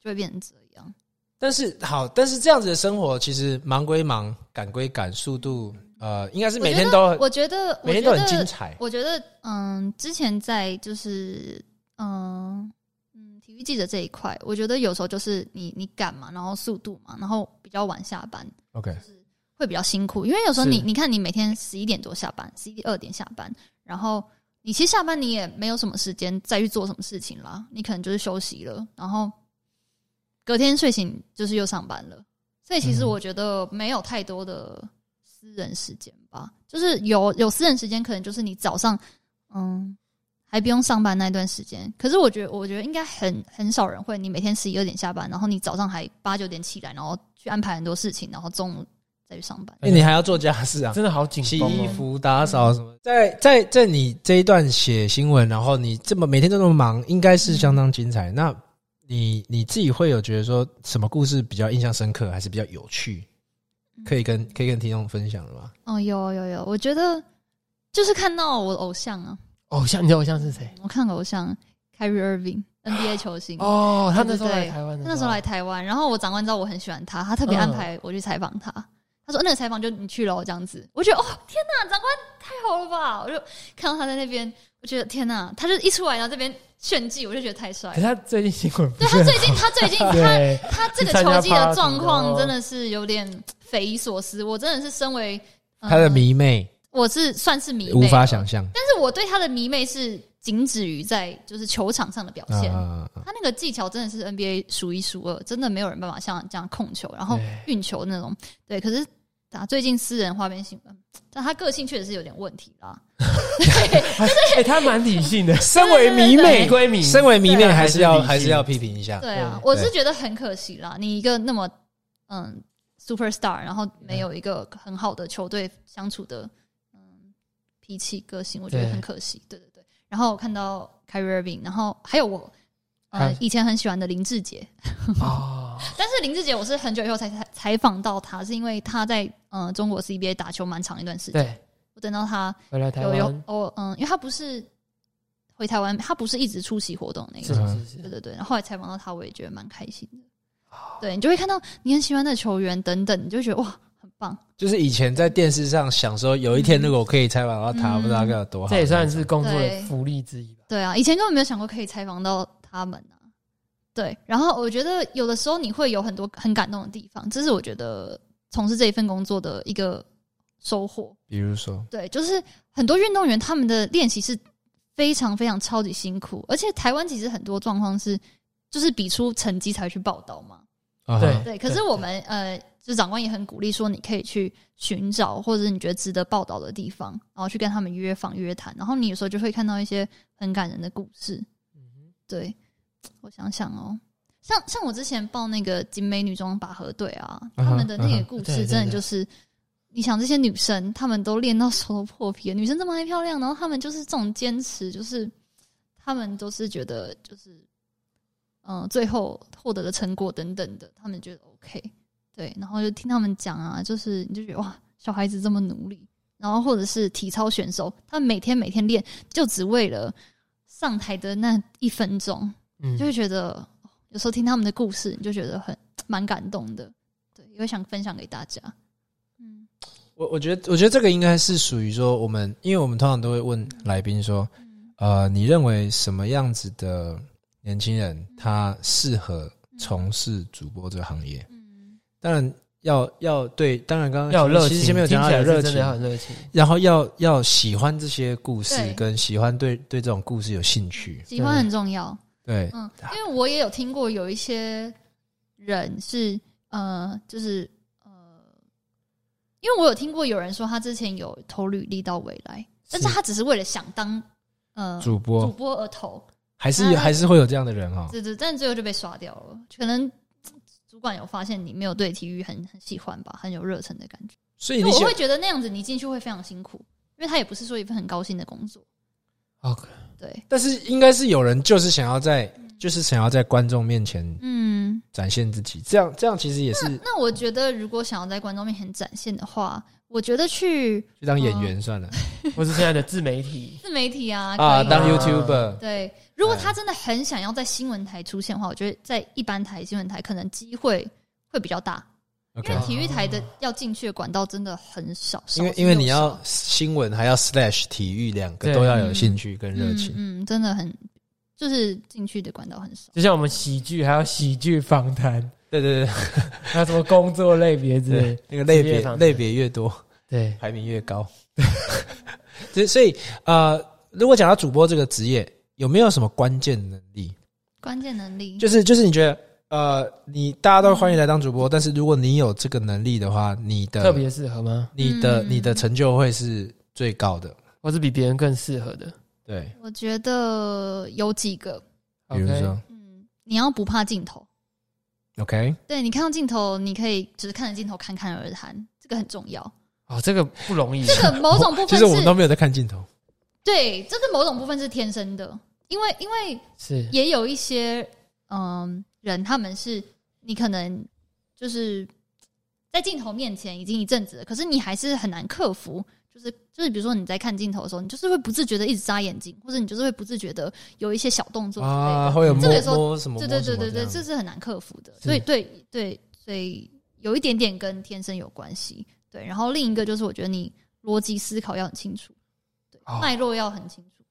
Speaker 3: 就会变成这样。
Speaker 1: 但是好，但是这样子的生活其实忙归忙，赶归赶，速度呃，应该是每天都很
Speaker 3: 我觉得，我
Speaker 1: 每
Speaker 3: 觉
Speaker 1: 天都很精
Speaker 3: 得，
Speaker 1: 彩。
Speaker 3: 我觉得，嗯，之前在就是，嗯嗯，体育记者这一块，我觉得有时候就是你你赶嘛，然后速度嘛，然后比较晚下班，
Speaker 1: OK，
Speaker 3: 会比较辛苦，因为有时候你
Speaker 2: 是
Speaker 3: 你看你每天十一点多下班，十一二点下班，然后你其实下班你也没有什么时间再去做什么事情啦，你可能就是休息了，然后隔天睡醒就是又上班了，所以其实
Speaker 1: 嗯
Speaker 3: 我觉得没有太多的私人时间吧，就是有有私人时间，可能就是你早上嗯还不用上班那段时间，可是我觉得我觉得应该很很少人会，你每天十一二点下班，然后你早上还八九点起来，然后去安排很多事情，然后中午。再去上班，
Speaker 1: 因为你还要做家事啊，
Speaker 2: 真的好紧
Speaker 1: 洗
Speaker 2: 绷、
Speaker 1: 衣
Speaker 2: 哦。
Speaker 1: 服、打扫什么。在在在你这一段写新闻，然后你这么每天都那么忙，应该是相当精彩。那你你自己会有觉得说什么故事比较印象深刻，还是比较有趣？
Speaker 3: 嗯
Speaker 1: 可以跟可以跟听众分享的吗？
Speaker 3: 哦，有有有，我觉得就是看到我的偶像啊，
Speaker 2: 偶哦像，你的偶像是谁？
Speaker 3: 我看偶像 Kyrie Irving NBA 球星，
Speaker 2: 哦，他那时候
Speaker 3: 对对
Speaker 2: 来
Speaker 3: 对
Speaker 2: 台湾
Speaker 3: 他
Speaker 2: 的，
Speaker 3: 那时候来，台湾，然后我长官知道我很喜欢他，他特
Speaker 2: 嗯
Speaker 3: 别安排我去采访他。他说那个采访就你去了这样子，我觉得哦天哪，长官太好了吧！我就看到他在那边，我觉得天哪，他就一出来然后这边炫技，我就觉得太帅
Speaker 2: 可
Speaker 3: 了
Speaker 2: 是。他最近新闻不
Speaker 3: 对
Speaker 2: 是
Speaker 3: 他最近，他最近 他
Speaker 2: 对
Speaker 3: 他这个
Speaker 2: 去参加
Speaker 3: 球技的
Speaker 2: party
Speaker 3: 状况
Speaker 2: 哦
Speaker 3: 真的是有点匪夷所思，我真的是身为、呃
Speaker 1: 他的，迷妹
Speaker 3: 我是算是迷妹
Speaker 1: 无法
Speaker 3: 了
Speaker 1: 想象
Speaker 3: 但是我对他的迷妹是仅止于在就是球场上的表
Speaker 1: 啊
Speaker 3: 现，
Speaker 1: 啊！啊，
Speaker 3: 他那个技巧真的是 NBA 数一数二，真的没有人办法像这样控球，然后运球那种。对，可是打最近私人花边新闻，但他个性确实是有点问题啦。
Speaker 2: 哎、他蛮理性的
Speaker 1: 身为迷妹
Speaker 2: 迷，归迷，
Speaker 1: 身为迷妹
Speaker 3: 对啊
Speaker 1: 还是要还
Speaker 2: 还是理性
Speaker 1: 是要批评一下。
Speaker 3: 对啊
Speaker 2: 对，
Speaker 3: 我是觉得很可惜啦。你一个那么嗯 super star，然后没有一个很好的球队相处的嗯脾气个性，我觉得
Speaker 2: 对
Speaker 3: 很可惜。对对对。然后我看到 Kyrie Irving，然后还有我呃
Speaker 2: 还
Speaker 3: 以前很喜欢的林志杰，
Speaker 2: 哦，
Speaker 3: 但是林志杰我是很久以后才采采访到他，是因为他在呃中国 CBA 打球蛮长一段时间。
Speaker 2: 对，
Speaker 3: 我等到他
Speaker 2: 回来台
Speaker 3: 有有
Speaker 2: 湾，
Speaker 3: 哦嗯，因为他不是回台湾，他不是一直出席活动那个
Speaker 2: 是
Speaker 1: 嗯
Speaker 2: 是
Speaker 3: 对
Speaker 2: 是，
Speaker 3: 对对，然后后来采访到他，
Speaker 2: 啊
Speaker 3: 我也觉得蛮开心的。对你就会看到你很喜欢的球员等等，你就会觉得哇，很放。
Speaker 1: 就是以前在电视上想说，有一天如果我可以采访到他，
Speaker 3: 嗯
Speaker 1: 不知道该有多好。
Speaker 2: 这也算是工作的
Speaker 3: 对
Speaker 2: 福利之一吧。
Speaker 3: 对啊，以前根本没有想过可以采访到他们啊。对，然后我觉得有的时候你会有很多很感动的地方，这是我觉得从事这一份工作的一个收获。
Speaker 1: 比如说，
Speaker 3: 对，就是很多运动员他们的练习是非常非常超级辛苦，而且台湾其实很多状况是就是比出成绩才会去报道嘛。
Speaker 1: 啊哈
Speaker 2: 对
Speaker 3: 对，可是我们呃，就长官也很鼓励说，你可以去寻找或者是你觉得值得报道的地方，然后去跟他们约访约谈，然后你有时候就会看到一些很感人的故事。对，我想想哦，像像我之前报那个景美女装拔河队啊，
Speaker 1: 嗯哼
Speaker 3: 他们的那
Speaker 1: 嗯
Speaker 3: 个
Speaker 1: 哼
Speaker 3: 故
Speaker 2: 对对
Speaker 3: 事真的
Speaker 2: 对
Speaker 3: 就是。你想这些女生，她们都练到手都破皮了，女生这么爱漂亮，然后她们就是这种坚持，就是她们都是觉得就是嗯、呃最后获得的成果等等的，他们觉得 OK，对，然后就听他们讲啊，就是你就觉得哇，小孩子这么努力，然后或者是体操选手，他们每天每天练，就只为了上台的那一分钟，
Speaker 2: 嗯
Speaker 3: 就，会觉得有时候听他们的故事，你就觉得很蛮感动的，对，也会想分享给大家，嗯
Speaker 1: 我我觉得，我觉得这个应该是属于说我们，因为我们通常都会问来宾说，
Speaker 3: 嗯
Speaker 1: 呃，你认为什么样子的年轻人他适合从事主播这个行业？
Speaker 3: 嗯
Speaker 1: 当然要要对，当然刚刚
Speaker 2: 要有热
Speaker 1: 其
Speaker 2: 情，
Speaker 1: 实前面有
Speaker 2: 听
Speaker 1: 讲
Speaker 2: 起
Speaker 1: 到有
Speaker 2: 来是
Speaker 1: 热
Speaker 2: 真
Speaker 1: 情
Speaker 2: 的，要有热情。
Speaker 1: 然后要要喜欢这些故事
Speaker 3: 对，
Speaker 1: 跟喜欢对对这种故事有兴趣，
Speaker 3: 喜欢很重要，
Speaker 1: 对，
Speaker 3: 嗯，因为我也有听过有一些人是呃，就是呃，因为我有听过有人说他之前有投履历到未来， 但是他只是为了想当呃
Speaker 1: 主
Speaker 3: 主
Speaker 1: 播
Speaker 3: 播而投，
Speaker 1: 还是
Speaker 3: 那
Speaker 1: 还是会有这样的人哈、
Speaker 3: 对对，但最后就被刷掉了。可能主管有发现你没有对体育很很喜欢吧，很有热忱的感觉。
Speaker 1: 所以
Speaker 3: 因
Speaker 1: 你
Speaker 3: 为我
Speaker 1: 想
Speaker 3: 会觉得那样子你进去会非常辛苦，因为他也不是说一份很高薪的工作。
Speaker 2: OK，
Speaker 3: 对，
Speaker 1: 但是应该是有人就是想要在，就是想要在观众面前
Speaker 3: 嗯。
Speaker 1: 展现自己，这样这样其实也是
Speaker 3: 那我觉得，如果想要在观众面前展现的话，我觉得去
Speaker 1: 就当演员算了
Speaker 2: 或是现在的自媒体，
Speaker 3: 自媒体嗯啊，嗯
Speaker 1: 啊，
Speaker 3: 可以
Speaker 1: 当哎
Speaker 2: 啊
Speaker 1: YouTuber
Speaker 3: 对。如果他真的很想要在新闻台出现的话，我觉得在一般台、新闻台可能机会会比较大，因
Speaker 1: OK，
Speaker 3: 为体育台的要进去的管道真的很少，少
Speaker 1: 啊因为
Speaker 3: 之
Speaker 1: 因为你
Speaker 3: 又少
Speaker 1: 要新闻还要 slash 体育两个
Speaker 2: 对
Speaker 1: 都要有兴趣跟热
Speaker 3: 嗯
Speaker 1: 情，
Speaker 3: 嗯，真的很就是进去的管道很少。
Speaker 2: 就像我们喜剧还有喜剧访谈，
Speaker 1: 对对
Speaker 2: 还有什么工作类别之
Speaker 1: 对
Speaker 2: 类
Speaker 1: 对。，那个类
Speaker 2: 职业
Speaker 1: 别
Speaker 2: 上
Speaker 1: 类别越多，
Speaker 2: 对，
Speaker 1: 排名越高。 所以所以呃，如果讲到主播这个职业，有没有什么关键能力？
Speaker 3: 关键能力
Speaker 1: 就是就是你觉得呃，你大家都欢迎来当主播，但是如果你有这个能力的话，你
Speaker 2: 特
Speaker 1: 的
Speaker 2: 别适合吗？
Speaker 1: 你的
Speaker 3: 嗯
Speaker 1: 你的成就会是最高的。
Speaker 2: 或是比别人更适合的？
Speaker 1: 对，
Speaker 3: 我觉得有几个，
Speaker 1: 比如
Speaker 2: OK
Speaker 1: 说
Speaker 3: 嗯，你要不怕镜头，
Speaker 1: ，OK，
Speaker 3: 对你看到镜头，你可以只是看着镜头侃侃而谈，这个很重要。
Speaker 2: 哦，这个不容易。
Speaker 3: 这个某种 部
Speaker 1: 其
Speaker 3: 分
Speaker 1: 实我们都
Speaker 3: 是
Speaker 1: 没有在看镜头。
Speaker 3: 对，这个某种部分是天生的，因为因为
Speaker 2: 是
Speaker 3: 也有一些嗯人，他们是你可能就是在镜头面前已经一阵子了，可是你还是很难克服。就是就是，比如说你在看镜头的时候，你就是会不自觉的一直眨眼睛，或者你就是会不自觉的有一些小动作之类的
Speaker 1: 啊，会有
Speaker 3: 这个
Speaker 1: 摸
Speaker 3: 有时候
Speaker 1: 摸什么？
Speaker 3: 对
Speaker 1: 摸
Speaker 3: 对
Speaker 1: 什
Speaker 3: 对
Speaker 1: 么
Speaker 3: 对对，
Speaker 1: 样
Speaker 3: 这是很难克服的。
Speaker 2: 是
Speaker 3: 所以对对，所以有一点点跟天生有关系。对，然后另一个就是我觉得你逻辑思考要很清楚，对，
Speaker 2: 哦
Speaker 3: 脉络要很清楚。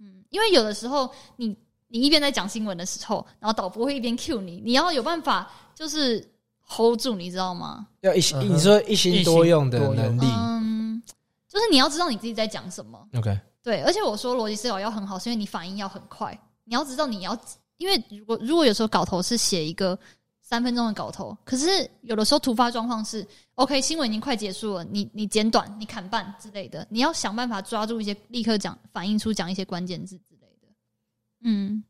Speaker 3: 嗯，因为有的时候你你一边在讲新闻的时候，然后导播会一边 cue 你，你要有办法就是 hold 住，你知道吗？
Speaker 1: 要一心
Speaker 2: 嗯哼
Speaker 1: 你说一心多用的
Speaker 2: 一心多
Speaker 1: 能
Speaker 2: 用
Speaker 1: 力。
Speaker 3: 嗯，就是你要知道你自己在讲什么。
Speaker 1: OK，
Speaker 3: 对，而且我说逻辑思考要很好，是因为你反应要很快，你要知道你要，因为如果如果有时候稿头是写一个三分钟的稿头，可是有的时候突发状况是，OK，新闻已经快结束了，你你简短，你砍半之类的，你要想办法抓住一些立刻讲反映出讲一些关键字之类的。嗯，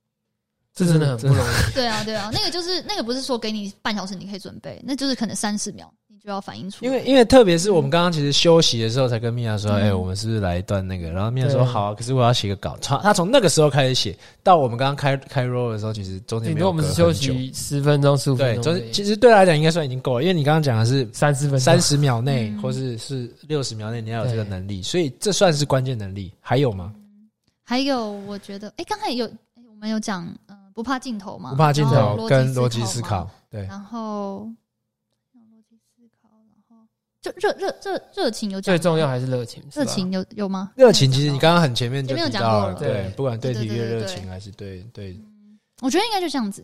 Speaker 2: 这真的很不容易。
Speaker 3: 对啊，对啊，那个就是那个不是说给你半小时你可以准备，那就是可能三十秒你就要反应出来，
Speaker 1: 因为因为特别是我们刚刚其实休息的时候才跟米娅说，
Speaker 3: 嗯
Speaker 1: 哎，我们是不是来一段那个？然后米娅
Speaker 2: 对
Speaker 1: 说好啊，可是我要写个稿。从他从那个时候开始写，到我们刚刚开开 roll 的时候，其实中间
Speaker 2: 顶
Speaker 1: 没
Speaker 2: 多
Speaker 1: 有
Speaker 2: 我们
Speaker 1: 隔
Speaker 2: 是休
Speaker 1: 很久。
Speaker 2: 息十分钟、十五分
Speaker 1: 对，
Speaker 2: 钟
Speaker 1: 就
Speaker 2: 而
Speaker 1: 是
Speaker 2: 已，
Speaker 1: 其实对他来讲应该算已经够了，因为你刚刚讲的是
Speaker 2: 三十分钟、
Speaker 1: 三十秒内
Speaker 3: 嗯
Speaker 1: 或是是六十秒内你要有这个
Speaker 2: 对
Speaker 1: 能力，所以这算是关键能力。还有吗？
Speaker 3: 还有，我觉得，哎、刚才有、诶我们有讲，嗯、不怕镜头嘛，
Speaker 1: 不怕镜
Speaker 3: 然后
Speaker 1: 头跟逻辑
Speaker 3: 嘛啊
Speaker 1: 思考，对，
Speaker 3: 然后然后逻辑思考，然后就热热热热情有讲
Speaker 2: 最
Speaker 3: 吗
Speaker 2: 重要还是热情，是吧
Speaker 3: 热情有有吗？
Speaker 1: 热情其实你刚刚很前面就
Speaker 3: 前面有
Speaker 1: 提
Speaker 3: 讲
Speaker 1: 到
Speaker 3: 过
Speaker 1: 了，
Speaker 3: 了
Speaker 1: 对
Speaker 2: 对，
Speaker 1: 不管对
Speaker 3: 对
Speaker 1: 体育的
Speaker 3: 对对
Speaker 1: 热
Speaker 3: 对
Speaker 1: 情还是对对，
Speaker 3: 嗯我觉得应该就这样子，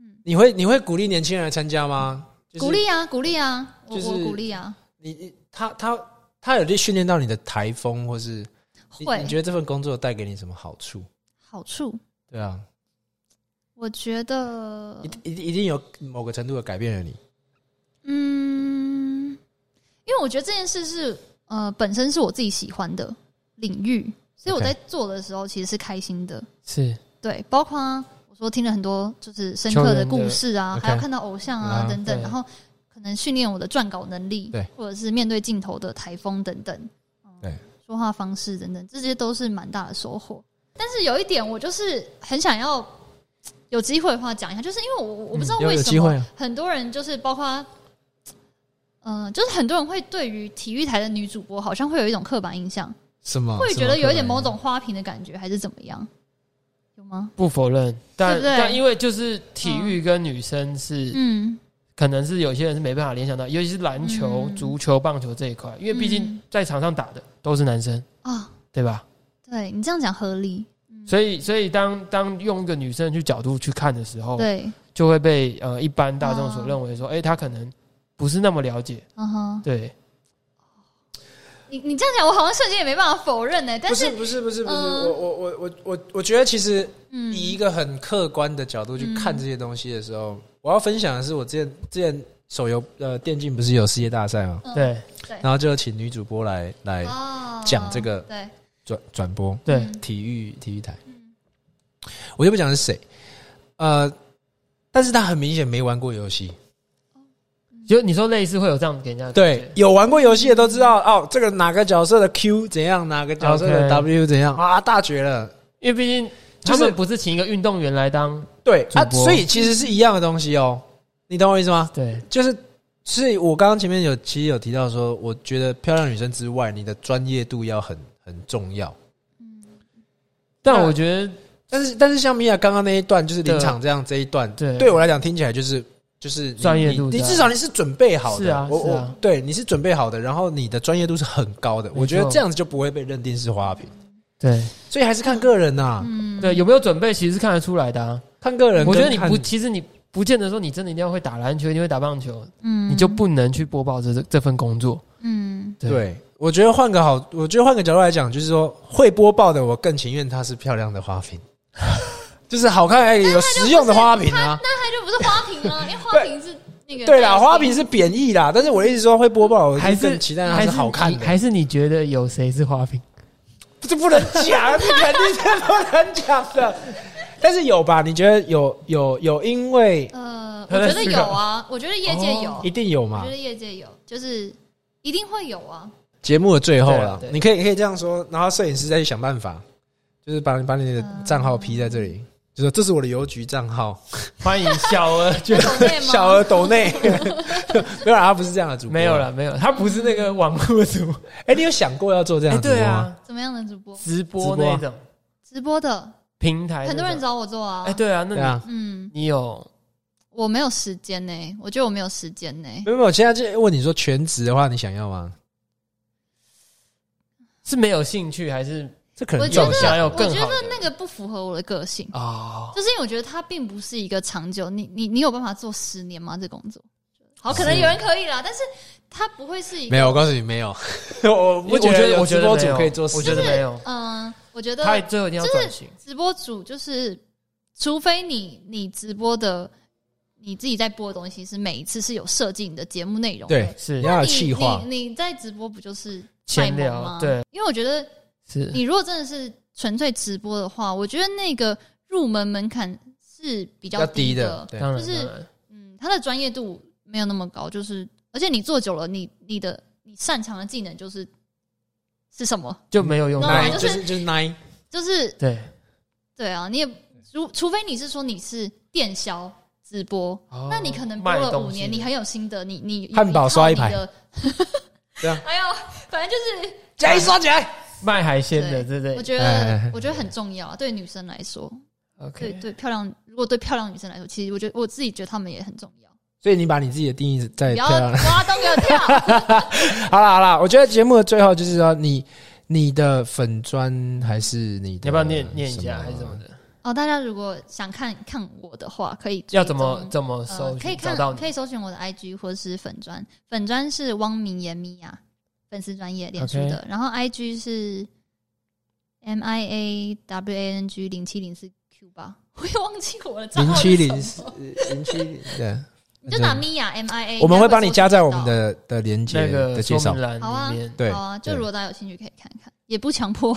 Speaker 3: 嗯
Speaker 1: 你会你会鼓励年轻人来参加吗？就是
Speaker 3: 鼓励啊，鼓励啊，我
Speaker 1: 就是
Speaker 3: 我鼓励啊，
Speaker 1: 你你他他他有去训练到你的台风，或是你
Speaker 3: 会
Speaker 1: 你觉得这份工作带给你什么好处？
Speaker 3: 好处，
Speaker 1: 对啊，
Speaker 3: 我觉得
Speaker 1: 一定一定一定有某个程度的改变了你。
Speaker 3: 嗯，因为我觉得这件事是呃本身是我自己喜欢的领域，所以我
Speaker 1: OK
Speaker 3: 在做的时候其实是开心的。
Speaker 2: 是
Speaker 3: 对，包括啊我说听了很多就是深刻的故事啊，
Speaker 1: OK
Speaker 3: 还有看到偶像啊
Speaker 1: 嗯
Speaker 3: 等等，
Speaker 2: 对
Speaker 3: 然后可能训练我的撰稿能力，
Speaker 1: 对，
Speaker 3: 或者是面对镜头的台风等等，嗯
Speaker 1: 对，
Speaker 3: 说话方式等等，这些都是蛮大的收获。但是有一点，我就是很想要有机会的话讲一下，就是因为我我我不知道
Speaker 1: 有
Speaker 3: 为
Speaker 1: 有
Speaker 3: 什
Speaker 1: 机
Speaker 3: 么
Speaker 1: 会啊，
Speaker 3: 很多人就是包括，嗯、就是很多人会对于体育台的女主播好像会有一种刻板印象，
Speaker 1: 什么
Speaker 3: 会
Speaker 1: 什么
Speaker 3: 觉得有一点
Speaker 1: 可能
Speaker 3: 某种花瓶的感觉，还是怎么样？有吗？
Speaker 2: 不否认，但
Speaker 3: 对不对
Speaker 2: 但因为就是体育跟女生是，
Speaker 3: 嗯，
Speaker 2: 可能是有些人是没办法联想到，尤其是篮球、
Speaker 3: 嗯
Speaker 2: 足球、棒球这一块，因为毕竟
Speaker 3: 嗯
Speaker 2: 在场上打的都是男生，
Speaker 3: 啊，
Speaker 2: 对吧？
Speaker 3: 对你这样讲合理，
Speaker 2: 所以，所以当当用一个女生去角度去看的时
Speaker 1: 哦
Speaker 2: 候，
Speaker 3: 对，
Speaker 2: 就会被呃一般大众所
Speaker 3: 哦
Speaker 2: 认为说，哎、她可能不是那么了解，
Speaker 3: 嗯哼，
Speaker 2: 对，
Speaker 3: 你你这样讲，我好像瞬间也没办法否认呢、欸但
Speaker 1: 不
Speaker 3: 是
Speaker 1: 是不是不是不是，
Speaker 3: 嗯
Speaker 1: 我我我我我我觉得其实
Speaker 3: 嗯
Speaker 1: 以一个很客观的角度去看这些东西的时候，我要分享的是我之前之前手游呃电竞不是有世界大赛吗？
Speaker 3: 嗯
Speaker 2: 对，
Speaker 3: 对
Speaker 1: 然后就有请女主播来来
Speaker 3: 哦
Speaker 1: 讲这个
Speaker 3: 对
Speaker 1: 转转播
Speaker 2: 对
Speaker 3: 嗯
Speaker 1: 体育体育台，我就不讲是谁，呃，但是他很明显没玩过游戏，
Speaker 2: 就你说类似会有这样给人家的感
Speaker 1: 对
Speaker 2: 觉，
Speaker 1: 有玩过游戏的都知道哦，这个哪个角色的 Q 怎样，哪个角色的
Speaker 2: OK
Speaker 1: W 怎样啊，大绝了。
Speaker 2: 因为毕竟
Speaker 1: 就
Speaker 2: 他
Speaker 1: 是
Speaker 2: 们不是请一个运动员来当，
Speaker 1: 对啊，
Speaker 2: 主播
Speaker 1: 所以其实是一样的东西哦，你懂我意思吗？
Speaker 2: 对，
Speaker 1: 就是，所以我刚刚前面有其实有提到说，我觉得漂亮女生之外，你的专业度要很很重要。
Speaker 2: 但
Speaker 1: 那
Speaker 2: 我觉得
Speaker 1: 但是但是像米娅刚刚那一段，就是临场这样这一段，
Speaker 2: 对
Speaker 1: 对我来讲听起来就是就是你
Speaker 2: 专业度
Speaker 1: 你，你
Speaker 2: 在
Speaker 1: 至少你是准备好的，
Speaker 2: 是啊
Speaker 1: 我
Speaker 2: 是
Speaker 1: 我、
Speaker 2: 啊
Speaker 1: 对你是准备好的，然后你的专业度是很高的，
Speaker 2: 错
Speaker 1: 我觉得这样子就不会被认定是花瓶，
Speaker 2: 对
Speaker 1: 所以还是看个人呐、
Speaker 3: 嗯
Speaker 2: 对有没有准备，其实是看得出来的、啊。
Speaker 1: 看个人跟看。
Speaker 2: 我觉得你不，其实你不见得说你真的一定要会打篮球，一定会打棒球，
Speaker 3: 嗯
Speaker 2: 你就不能去播报这这这份工作。
Speaker 3: 嗯
Speaker 2: 对
Speaker 1: 对，我觉得换个好，我觉得换个角度来讲，就是说会播报的，我更情愿它是漂亮的花瓶，就是好看而已，有实用的花瓶啊。
Speaker 3: 那它就不是 花瓶啊了，因为花瓶是那个
Speaker 1: 对啦，花瓶是贬义啦，但是我的意思说会播报，我
Speaker 2: 还
Speaker 1: 就是更期待它
Speaker 2: 是
Speaker 1: 好看
Speaker 2: 你
Speaker 1: 的。
Speaker 2: 还是你觉得有谁是花瓶？
Speaker 1: 这不能讲，这肯定是不能讲的。但是有吧？你觉得有有有？因为
Speaker 3: 呃，我觉得有啊，我觉得业界
Speaker 2: 哦
Speaker 3: 有，
Speaker 1: 一定有
Speaker 3: 我
Speaker 1: 嘛
Speaker 3: 觉得？业界有，就是一定会有啊，
Speaker 1: 节目的最后
Speaker 2: 对
Speaker 1: 了
Speaker 2: 啊对，
Speaker 1: 你可以可以这样说，然后摄影师再去想办法，就是把你把你的
Speaker 3: 嗯
Speaker 1: 账号 P 在这里，就说这是我的邮局账号。
Speaker 2: 欢迎小额捐，
Speaker 3: 懂内 吗？
Speaker 1: 小额抖 内，没有啦，他不是这样的主播，啊
Speaker 2: 没有。了，没有，他不是那个网络主播，
Speaker 1: 哎，你有想过要做这样
Speaker 2: 哎，
Speaker 1: 的主播
Speaker 2: 对
Speaker 1: 吗？
Speaker 2: 啊，
Speaker 3: 怎么样的主播？
Speaker 2: 直
Speaker 1: 直
Speaker 2: 播
Speaker 1: 播啊
Speaker 2: 那种
Speaker 3: 直播的，
Speaker 2: 平台那种，
Speaker 3: 很多人找我做啊。
Speaker 2: 哎，对啊，那
Speaker 1: 对
Speaker 2: 你
Speaker 1: 啊，
Speaker 3: 嗯，
Speaker 2: 你有
Speaker 3: 我没有时间呢、我觉得我没有时间呢、
Speaker 1: 没有没有，现在就问你说全职的话，你想要吗？
Speaker 2: 是没有兴趣还是
Speaker 1: 这可
Speaker 3: 我
Speaker 1: 能
Speaker 3: 觉
Speaker 1: 有
Speaker 2: 有想
Speaker 3: 得，
Speaker 2: 要
Speaker 3: 我
Speaker 2: 更
Speaker 3: 觉
Speaker 2: 好
Speaker 3: 得
Speaker 2: 的
Speaker 3: 那个不符合我的个性，
Speaker 2: 啊？
Speaker 3: 就是因为我觉得它并不是一个长久。你你你有办法做十年吗？这工作？好，可能
Speaker 2: 是
Speaker 3: 有人可以啦，但是它不会是一个
Speaker 1: 没。有，我告诉你没有， 我我
Speaker 2: 我
Speaker 1: 不觉得有
Speaker 2: 我觉
Speaker 1: 直
Speaker 2: 得
Speaker 1: 播
Speaker 2: 没
Speaker 1: 主
Speaker 2: 有
Speaker 1: 可以做事，
Speaker 2: 我觉得没有，
Speaker 3: 嗯、我觉
Speaker 2: 他
Speaker 3: 得
Speaker 2: 最后一定要转型。
Speaker 3: 直播主就是，除非你你直播的你自己在播的东西是每一次是有设计你的节目内容的，
Speaker 1: 对，
Speaker 2: 是
Speaker 1: 你要有气化
Speaker 3: 那，你你你在直播不就是卖
Speaker 2: 闲
Speaker 3: 萌
Speaker 2: 聊
Speaker 3: 吗？，
Speaker 2: 对，
Speaker 3: 因为我觉得
Speaker 2: 是
Speaker 3: 你如果真的是纯粹直播的话，我觉得那个入门门槛是比
Speaker 1: 比
Speaker 3: 较
Speaker 1: 较低的
Speaker 3: 的，。
Speaker 1: 对，
Speaker 2: 当然，
Speaker 3: 就是
Speaker 2: 当然
Speaker 3: 嗯，它的专业度没有那么高，就是而且你做久了，你你的你擅长的技能就是是什么？
Speaker 2: 就没有用到
Speaker 3: 那
Speaker 1: 奶
Speaker 3: 就是
Speaker 1: 就是就是奶，
Speaker 3: 就是
Speaker 2: 对
Speaker 3: 对啊，你也除除非你是说你是电销直播，
Speaker 2: 哦
Speaker 3: 那你可能播了五
Speaker 2: 卖
Speaker 3: 年，
Speaker 2: 东西
Speaker 3: 你很有心得，你你你
Speaker 1: 汉堡刷一排
Speaker 3: 你靠你的
Speaker 1: 对啊，
Speaker 3: 哎呦，反正就是
Speaker 1: 加一刷起来。
Speaker 2: 卖海鲜的，对
Speaker 3: 对
Speaker 2: 不对
Speaker 3: 我觉
Speaker 1: 哎哎
Speaker 3: 得
Speaker 1: 哎
Speaker 3: 我觉得很重要啊，对女生来说，对
Speaker 2: ？OK，
Speaker 3: 对，漂亮，如果对漂亮女生来说，其实我觉得我自己觉得她们也很重要。
Speaker 1: 所以你把你自己的定义再
Speaker 3: 不要
Speaker 1: 再 让
Speaker 3: 挖洞给我跳。
Speaker 1: 好啦好啦，我觉得节目的最后就是说你你的粉砖还是你的
Speaker 2: 要不要念念一
Speaker 1: 什
Speaker 2: 下
Speaker 1: 么
Speaker 2: 还是什么的？
Speaker 3: 哦，大家如果想看看我的话，可以追
Speaker 2: 要怎么
Speaker 3: 踪
Speaker 2: 怎么搜
Speaker 3: 呃，
Speaker 2: 寻？
Speaker 3: 可以
Speaker 2: 找
Speaker 3: 看
Speaker 2: 到，你
Speaker 3: 可以搜寻我的 IG 或是粉砖，粉砖是汪明妍米娅粉丝专业脸书
Speaker 2: OK
Speaker 3: 的然后 IG 是 M I A W A N G 零七零四 Q 吧， 我也忘记我的账
Speaker 1: 零
Speaker 3: 号
Speaker 1: 七
Speaker 3: 是什么
Speaker 1: 零四零七零对，
Speaker 3: 你就打米娅 M I
Speaker 2: 哎
Speaker 3: A，
Speaker 1: 我们会帮你加在我们的的连接
Speaker 2: 那
Speaker 1: 的
Speaker 2: 个
Speaker 1: 介
Speaker 2: 说
Speaker 1: 绍
Speaker 2: 明。栏
Speaker 3: 好啊
Speaker 2: 里面。
Speaker 1: 对
Speaker 3: 好啊，就
Speaker 1: 对
Speaker 3: 如果大家有兴趣可以看看，也不强迫。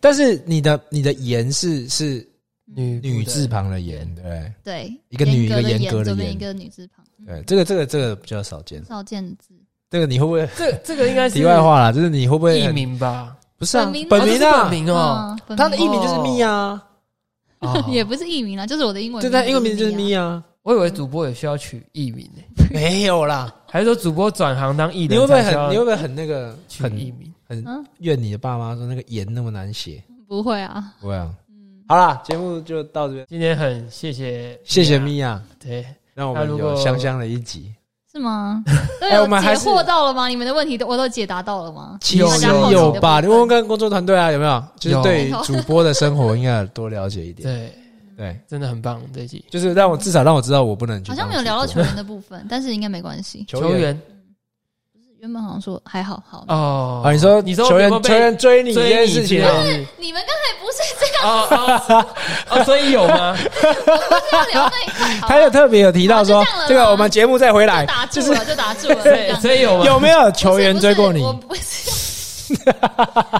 Speaker 1: 但是你的你的言是是
Speaker 2: 女
Speaker 1: 女
Speaker 2: 部的
Speaker 1: 字旁的言，对不对
Speaker 3: 嗯对，
Speaker 1: 一个女
Speaker 3: 严格
Speaker 1: 一个
Speaker 3: 的
Speaker 1: 严格的
Speaker 3: 左边
Speaker 1: 严
Speaker 3: 一个女字旁，
Speaker 1: 对，
Speaker 3: 嗯
Speaker 1: 这个这个这个比较少见。
Speaker 3: 少见字。
Speaker 1: 这个你会不会
Speaker 2: 这这个应该是
Speaker 1: 题外话啦？就是你会不会
Speaker 2: 艺
Speaker 1: 很
Speaker 2: 名吧？
Speaker 1: 不是啊
Speaker 3: 本名
Speaker 1: 本
Speaker 2: 哦这
Speaker 1: 名
Speaker 2: 是
Speaker 1: 啊
Speaker 2: 本？名哦，
Speaker 3: 嗯，本
Speaker 1: 他的
Speaker 3: 名
Speaker 1: 艺名就是
Speaker 2: 哦
Speaker 1: 蜜啊，
Speaker 2: 哦
Speaker 3: 也不是艺名啦，就是我的英文
Speaker 1: 对，
Speaker 3: 名，
Speaker 1: 他英文名字就是蜜啊。
Speaker 2: 我以为主播也需要取艺名呢，
Speaker 1: 没有啦，
Speaker 2: 还是说主播转行当艺人？
Speaker 1: 你会不会很你会不会很那个
Speaker 2: 取艺
Speaker 1: 很
Speaker 2: 名？
Speaker 1: 很
Speaker 3: 嗯，
Speaker 1: 怨你的爸妈说那个言那么难写？
Speaker 3: 不会啊，
Speaker 1: 不会啊。
Speaker 3: 嗯，
Speaker 1: 好啦，节目就到这边，
Speaker 2: 今天很谢谢，
Speaker 1: 谢谢。米娅，
Speaker 2: 对，
Speaker 1: 让我
Speaker 2: 哎那
Speaker 1: 们
Speaker 2: 如
Speaker 1: 有
Speaker 2: 果
Speaker 1: 香香的一集。
Speaker 3: 是 吗？都
Speaker 1: 哎我
Speaker 3: 有
Speaker 1: 们还
Speaker 3: 解
Speaker 1: 是
Speaker 3: 惑到了吗？你们的问题都我都解答到了吗？
Speaker 1: 其
Speaker 2: 有
Speaker 1: 实有
Speaker 2: 有有
Speaker 1: 吧，你问问看工作团队啊，有没有？就是
Speaker 2: 有
Speaker 1: 对于主播的生活应该多了解一点。
Speaker 2: 对，
Speaker 1: 对，
Speaker 2: 真的很棒这一集。
Speaker 1: 就是让我至少让我知道我不能去
Speaker 3: 好
Speaker 1: 当主播。
Speaker 3: 像没有聊到球员的部分，但是应该没关系。
Speaker 2: 球员
Speaker 3: 原本好像说还好，好。
Speaker 2: 哦
Speaker 1: 啊，你说
Speaker 2: 你说
Speaker 1: 球员
Speaker 2: 有没有被
Speaker 1: 球员追你这
Speaker 2: 追
Speaker 1: 件
Speaker 2: 你
Speaker 1: 事情
Speaker 2: 这
Speaker 1: 啊，
Speaker 2: 件 事
Speaker 3: 你们刚才不是这样
Speaker 2: 哦哦哦，所以有 吗？
Speaker 3: 聊那一块，好
Speaker 1: 他有特别有提到说
Speaker 3: 好就这样了，啦
Speaker 1: 这个我们节目再回来
Speaker 3: 就打，
Speaker 1: 就
Speaker 3: 住
Speaker 1: 是
Speaker 3: 了，就打住了，
Speaker 2: 所以
Speaker 3: 这
Speaker 2: 所以有吗？
Speaker 1: 有没有球员追过你？
Speaker 3: 我不是，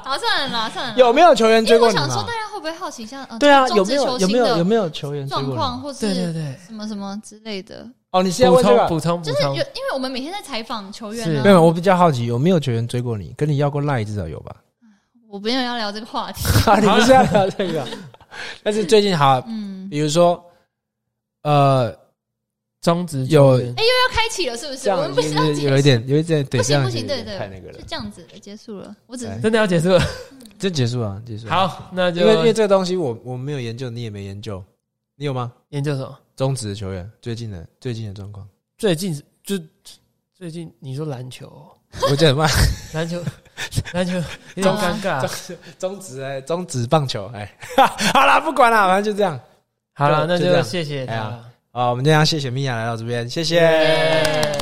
Speaker 3: 好，算 了啦，算了啦。
Speaker 1: 有没有球员
Speaker 3: 因
Speaker 1: 追
Speaker 3: 为
Speaker 1: 过
Speaker 3: 我
Speaker 1: 你
Speaker 3: 想说，
Speaker 1: 嘛
Speaker 3: 大？家会不会好奇一下？呃
Speaker 1: 对啊，
Speaker 3: 中
Speaker 1: 有没
Speaker 3: 职球
Speaker 1: 有有没
Speaker 3: 星
Speaker 1: 有有
Speaker 3: 的
Speaker 1: 没有球员追
Speaker 3: 状
Speaker 1: 过
Speaker 3: 况，
Speaker 1: 你？
Speaker 3: 或是
Speaker 2: 对对对，
Speaker 3: 什么什么之类的？
Speaker 1: 哦，你现在
Speaker 2: 补
Speaker 1: 问这
Speaker 2: 充
Speaker 1: 个，
Speaker 2: 补充补
Speaker 3: 就是有，
Speaker 2: 充
Speaker 3: 因，为我们每天在采访球员啊
Speaker 1: 没
Speaker 3: 呢，
Speaker 1: 有，我比较好奇有没有球员追过你，跟你要过赖至少有 吧？啊
Speaker 3: 我没有要聊这个话题。
Speaker 1: 你不是要聊这 个？但是最近好，
Speaker 3: 嗯，
Speaker 1: 比如说，呃，
Speaker 2: 中职
Speaker 1: 有
Speaker 2: 球员
Speaker 3: 要开启了是不是？
Speaker 1: 这
Speaker 3: 我
Speaker 1: 样
Speaker 3: 们不
Speaker 1: 就是
Speaker 3: 要
Speaker 1: 是
Speaker 3: 解
Speaker 1: 有一点，有一点，对，这
Speaker 3: 不行
Speaker 1: 样
Speaker 3: 不行，
Speaker 1: 有
Speaker 3: 对
Speaker 1: 点
Speaker 3: 对，
Speaker 1: 太那个了
Speaker 3: 就，这样子了，结束了。我只
Speaker 1: 哎
Speaker 3: 是
Speaker 2: 真的要结束了。
Speaker 1: 就结束了，结束。，
Speaker 2: 好，那就
Speaker 1: 因为因为这个东西我我没有研究，你也没研究，你有吗？
Speaker 2: 研究什么？
Speaker 1: 中职的球员最近的最近的状 况，
Speaker 2: 最近就最近你说篮球，
Speaker 1: 我觉得很慢。
Speaker 2: 篮球，篮球有点尴尬。
Speaker 1: 中职哎，中职棒球哎， 好啦，不管啦，反正就这样。
Speaker 2: 好了，那
Speaker 1: 就这
Speaker 2: 就
Speaker 1: 样
Speaker 2: 谢谢他了。
Speaker 1: 好，我们这样谢谢米娅来到这边，谢谢。
Speaker 2: 耶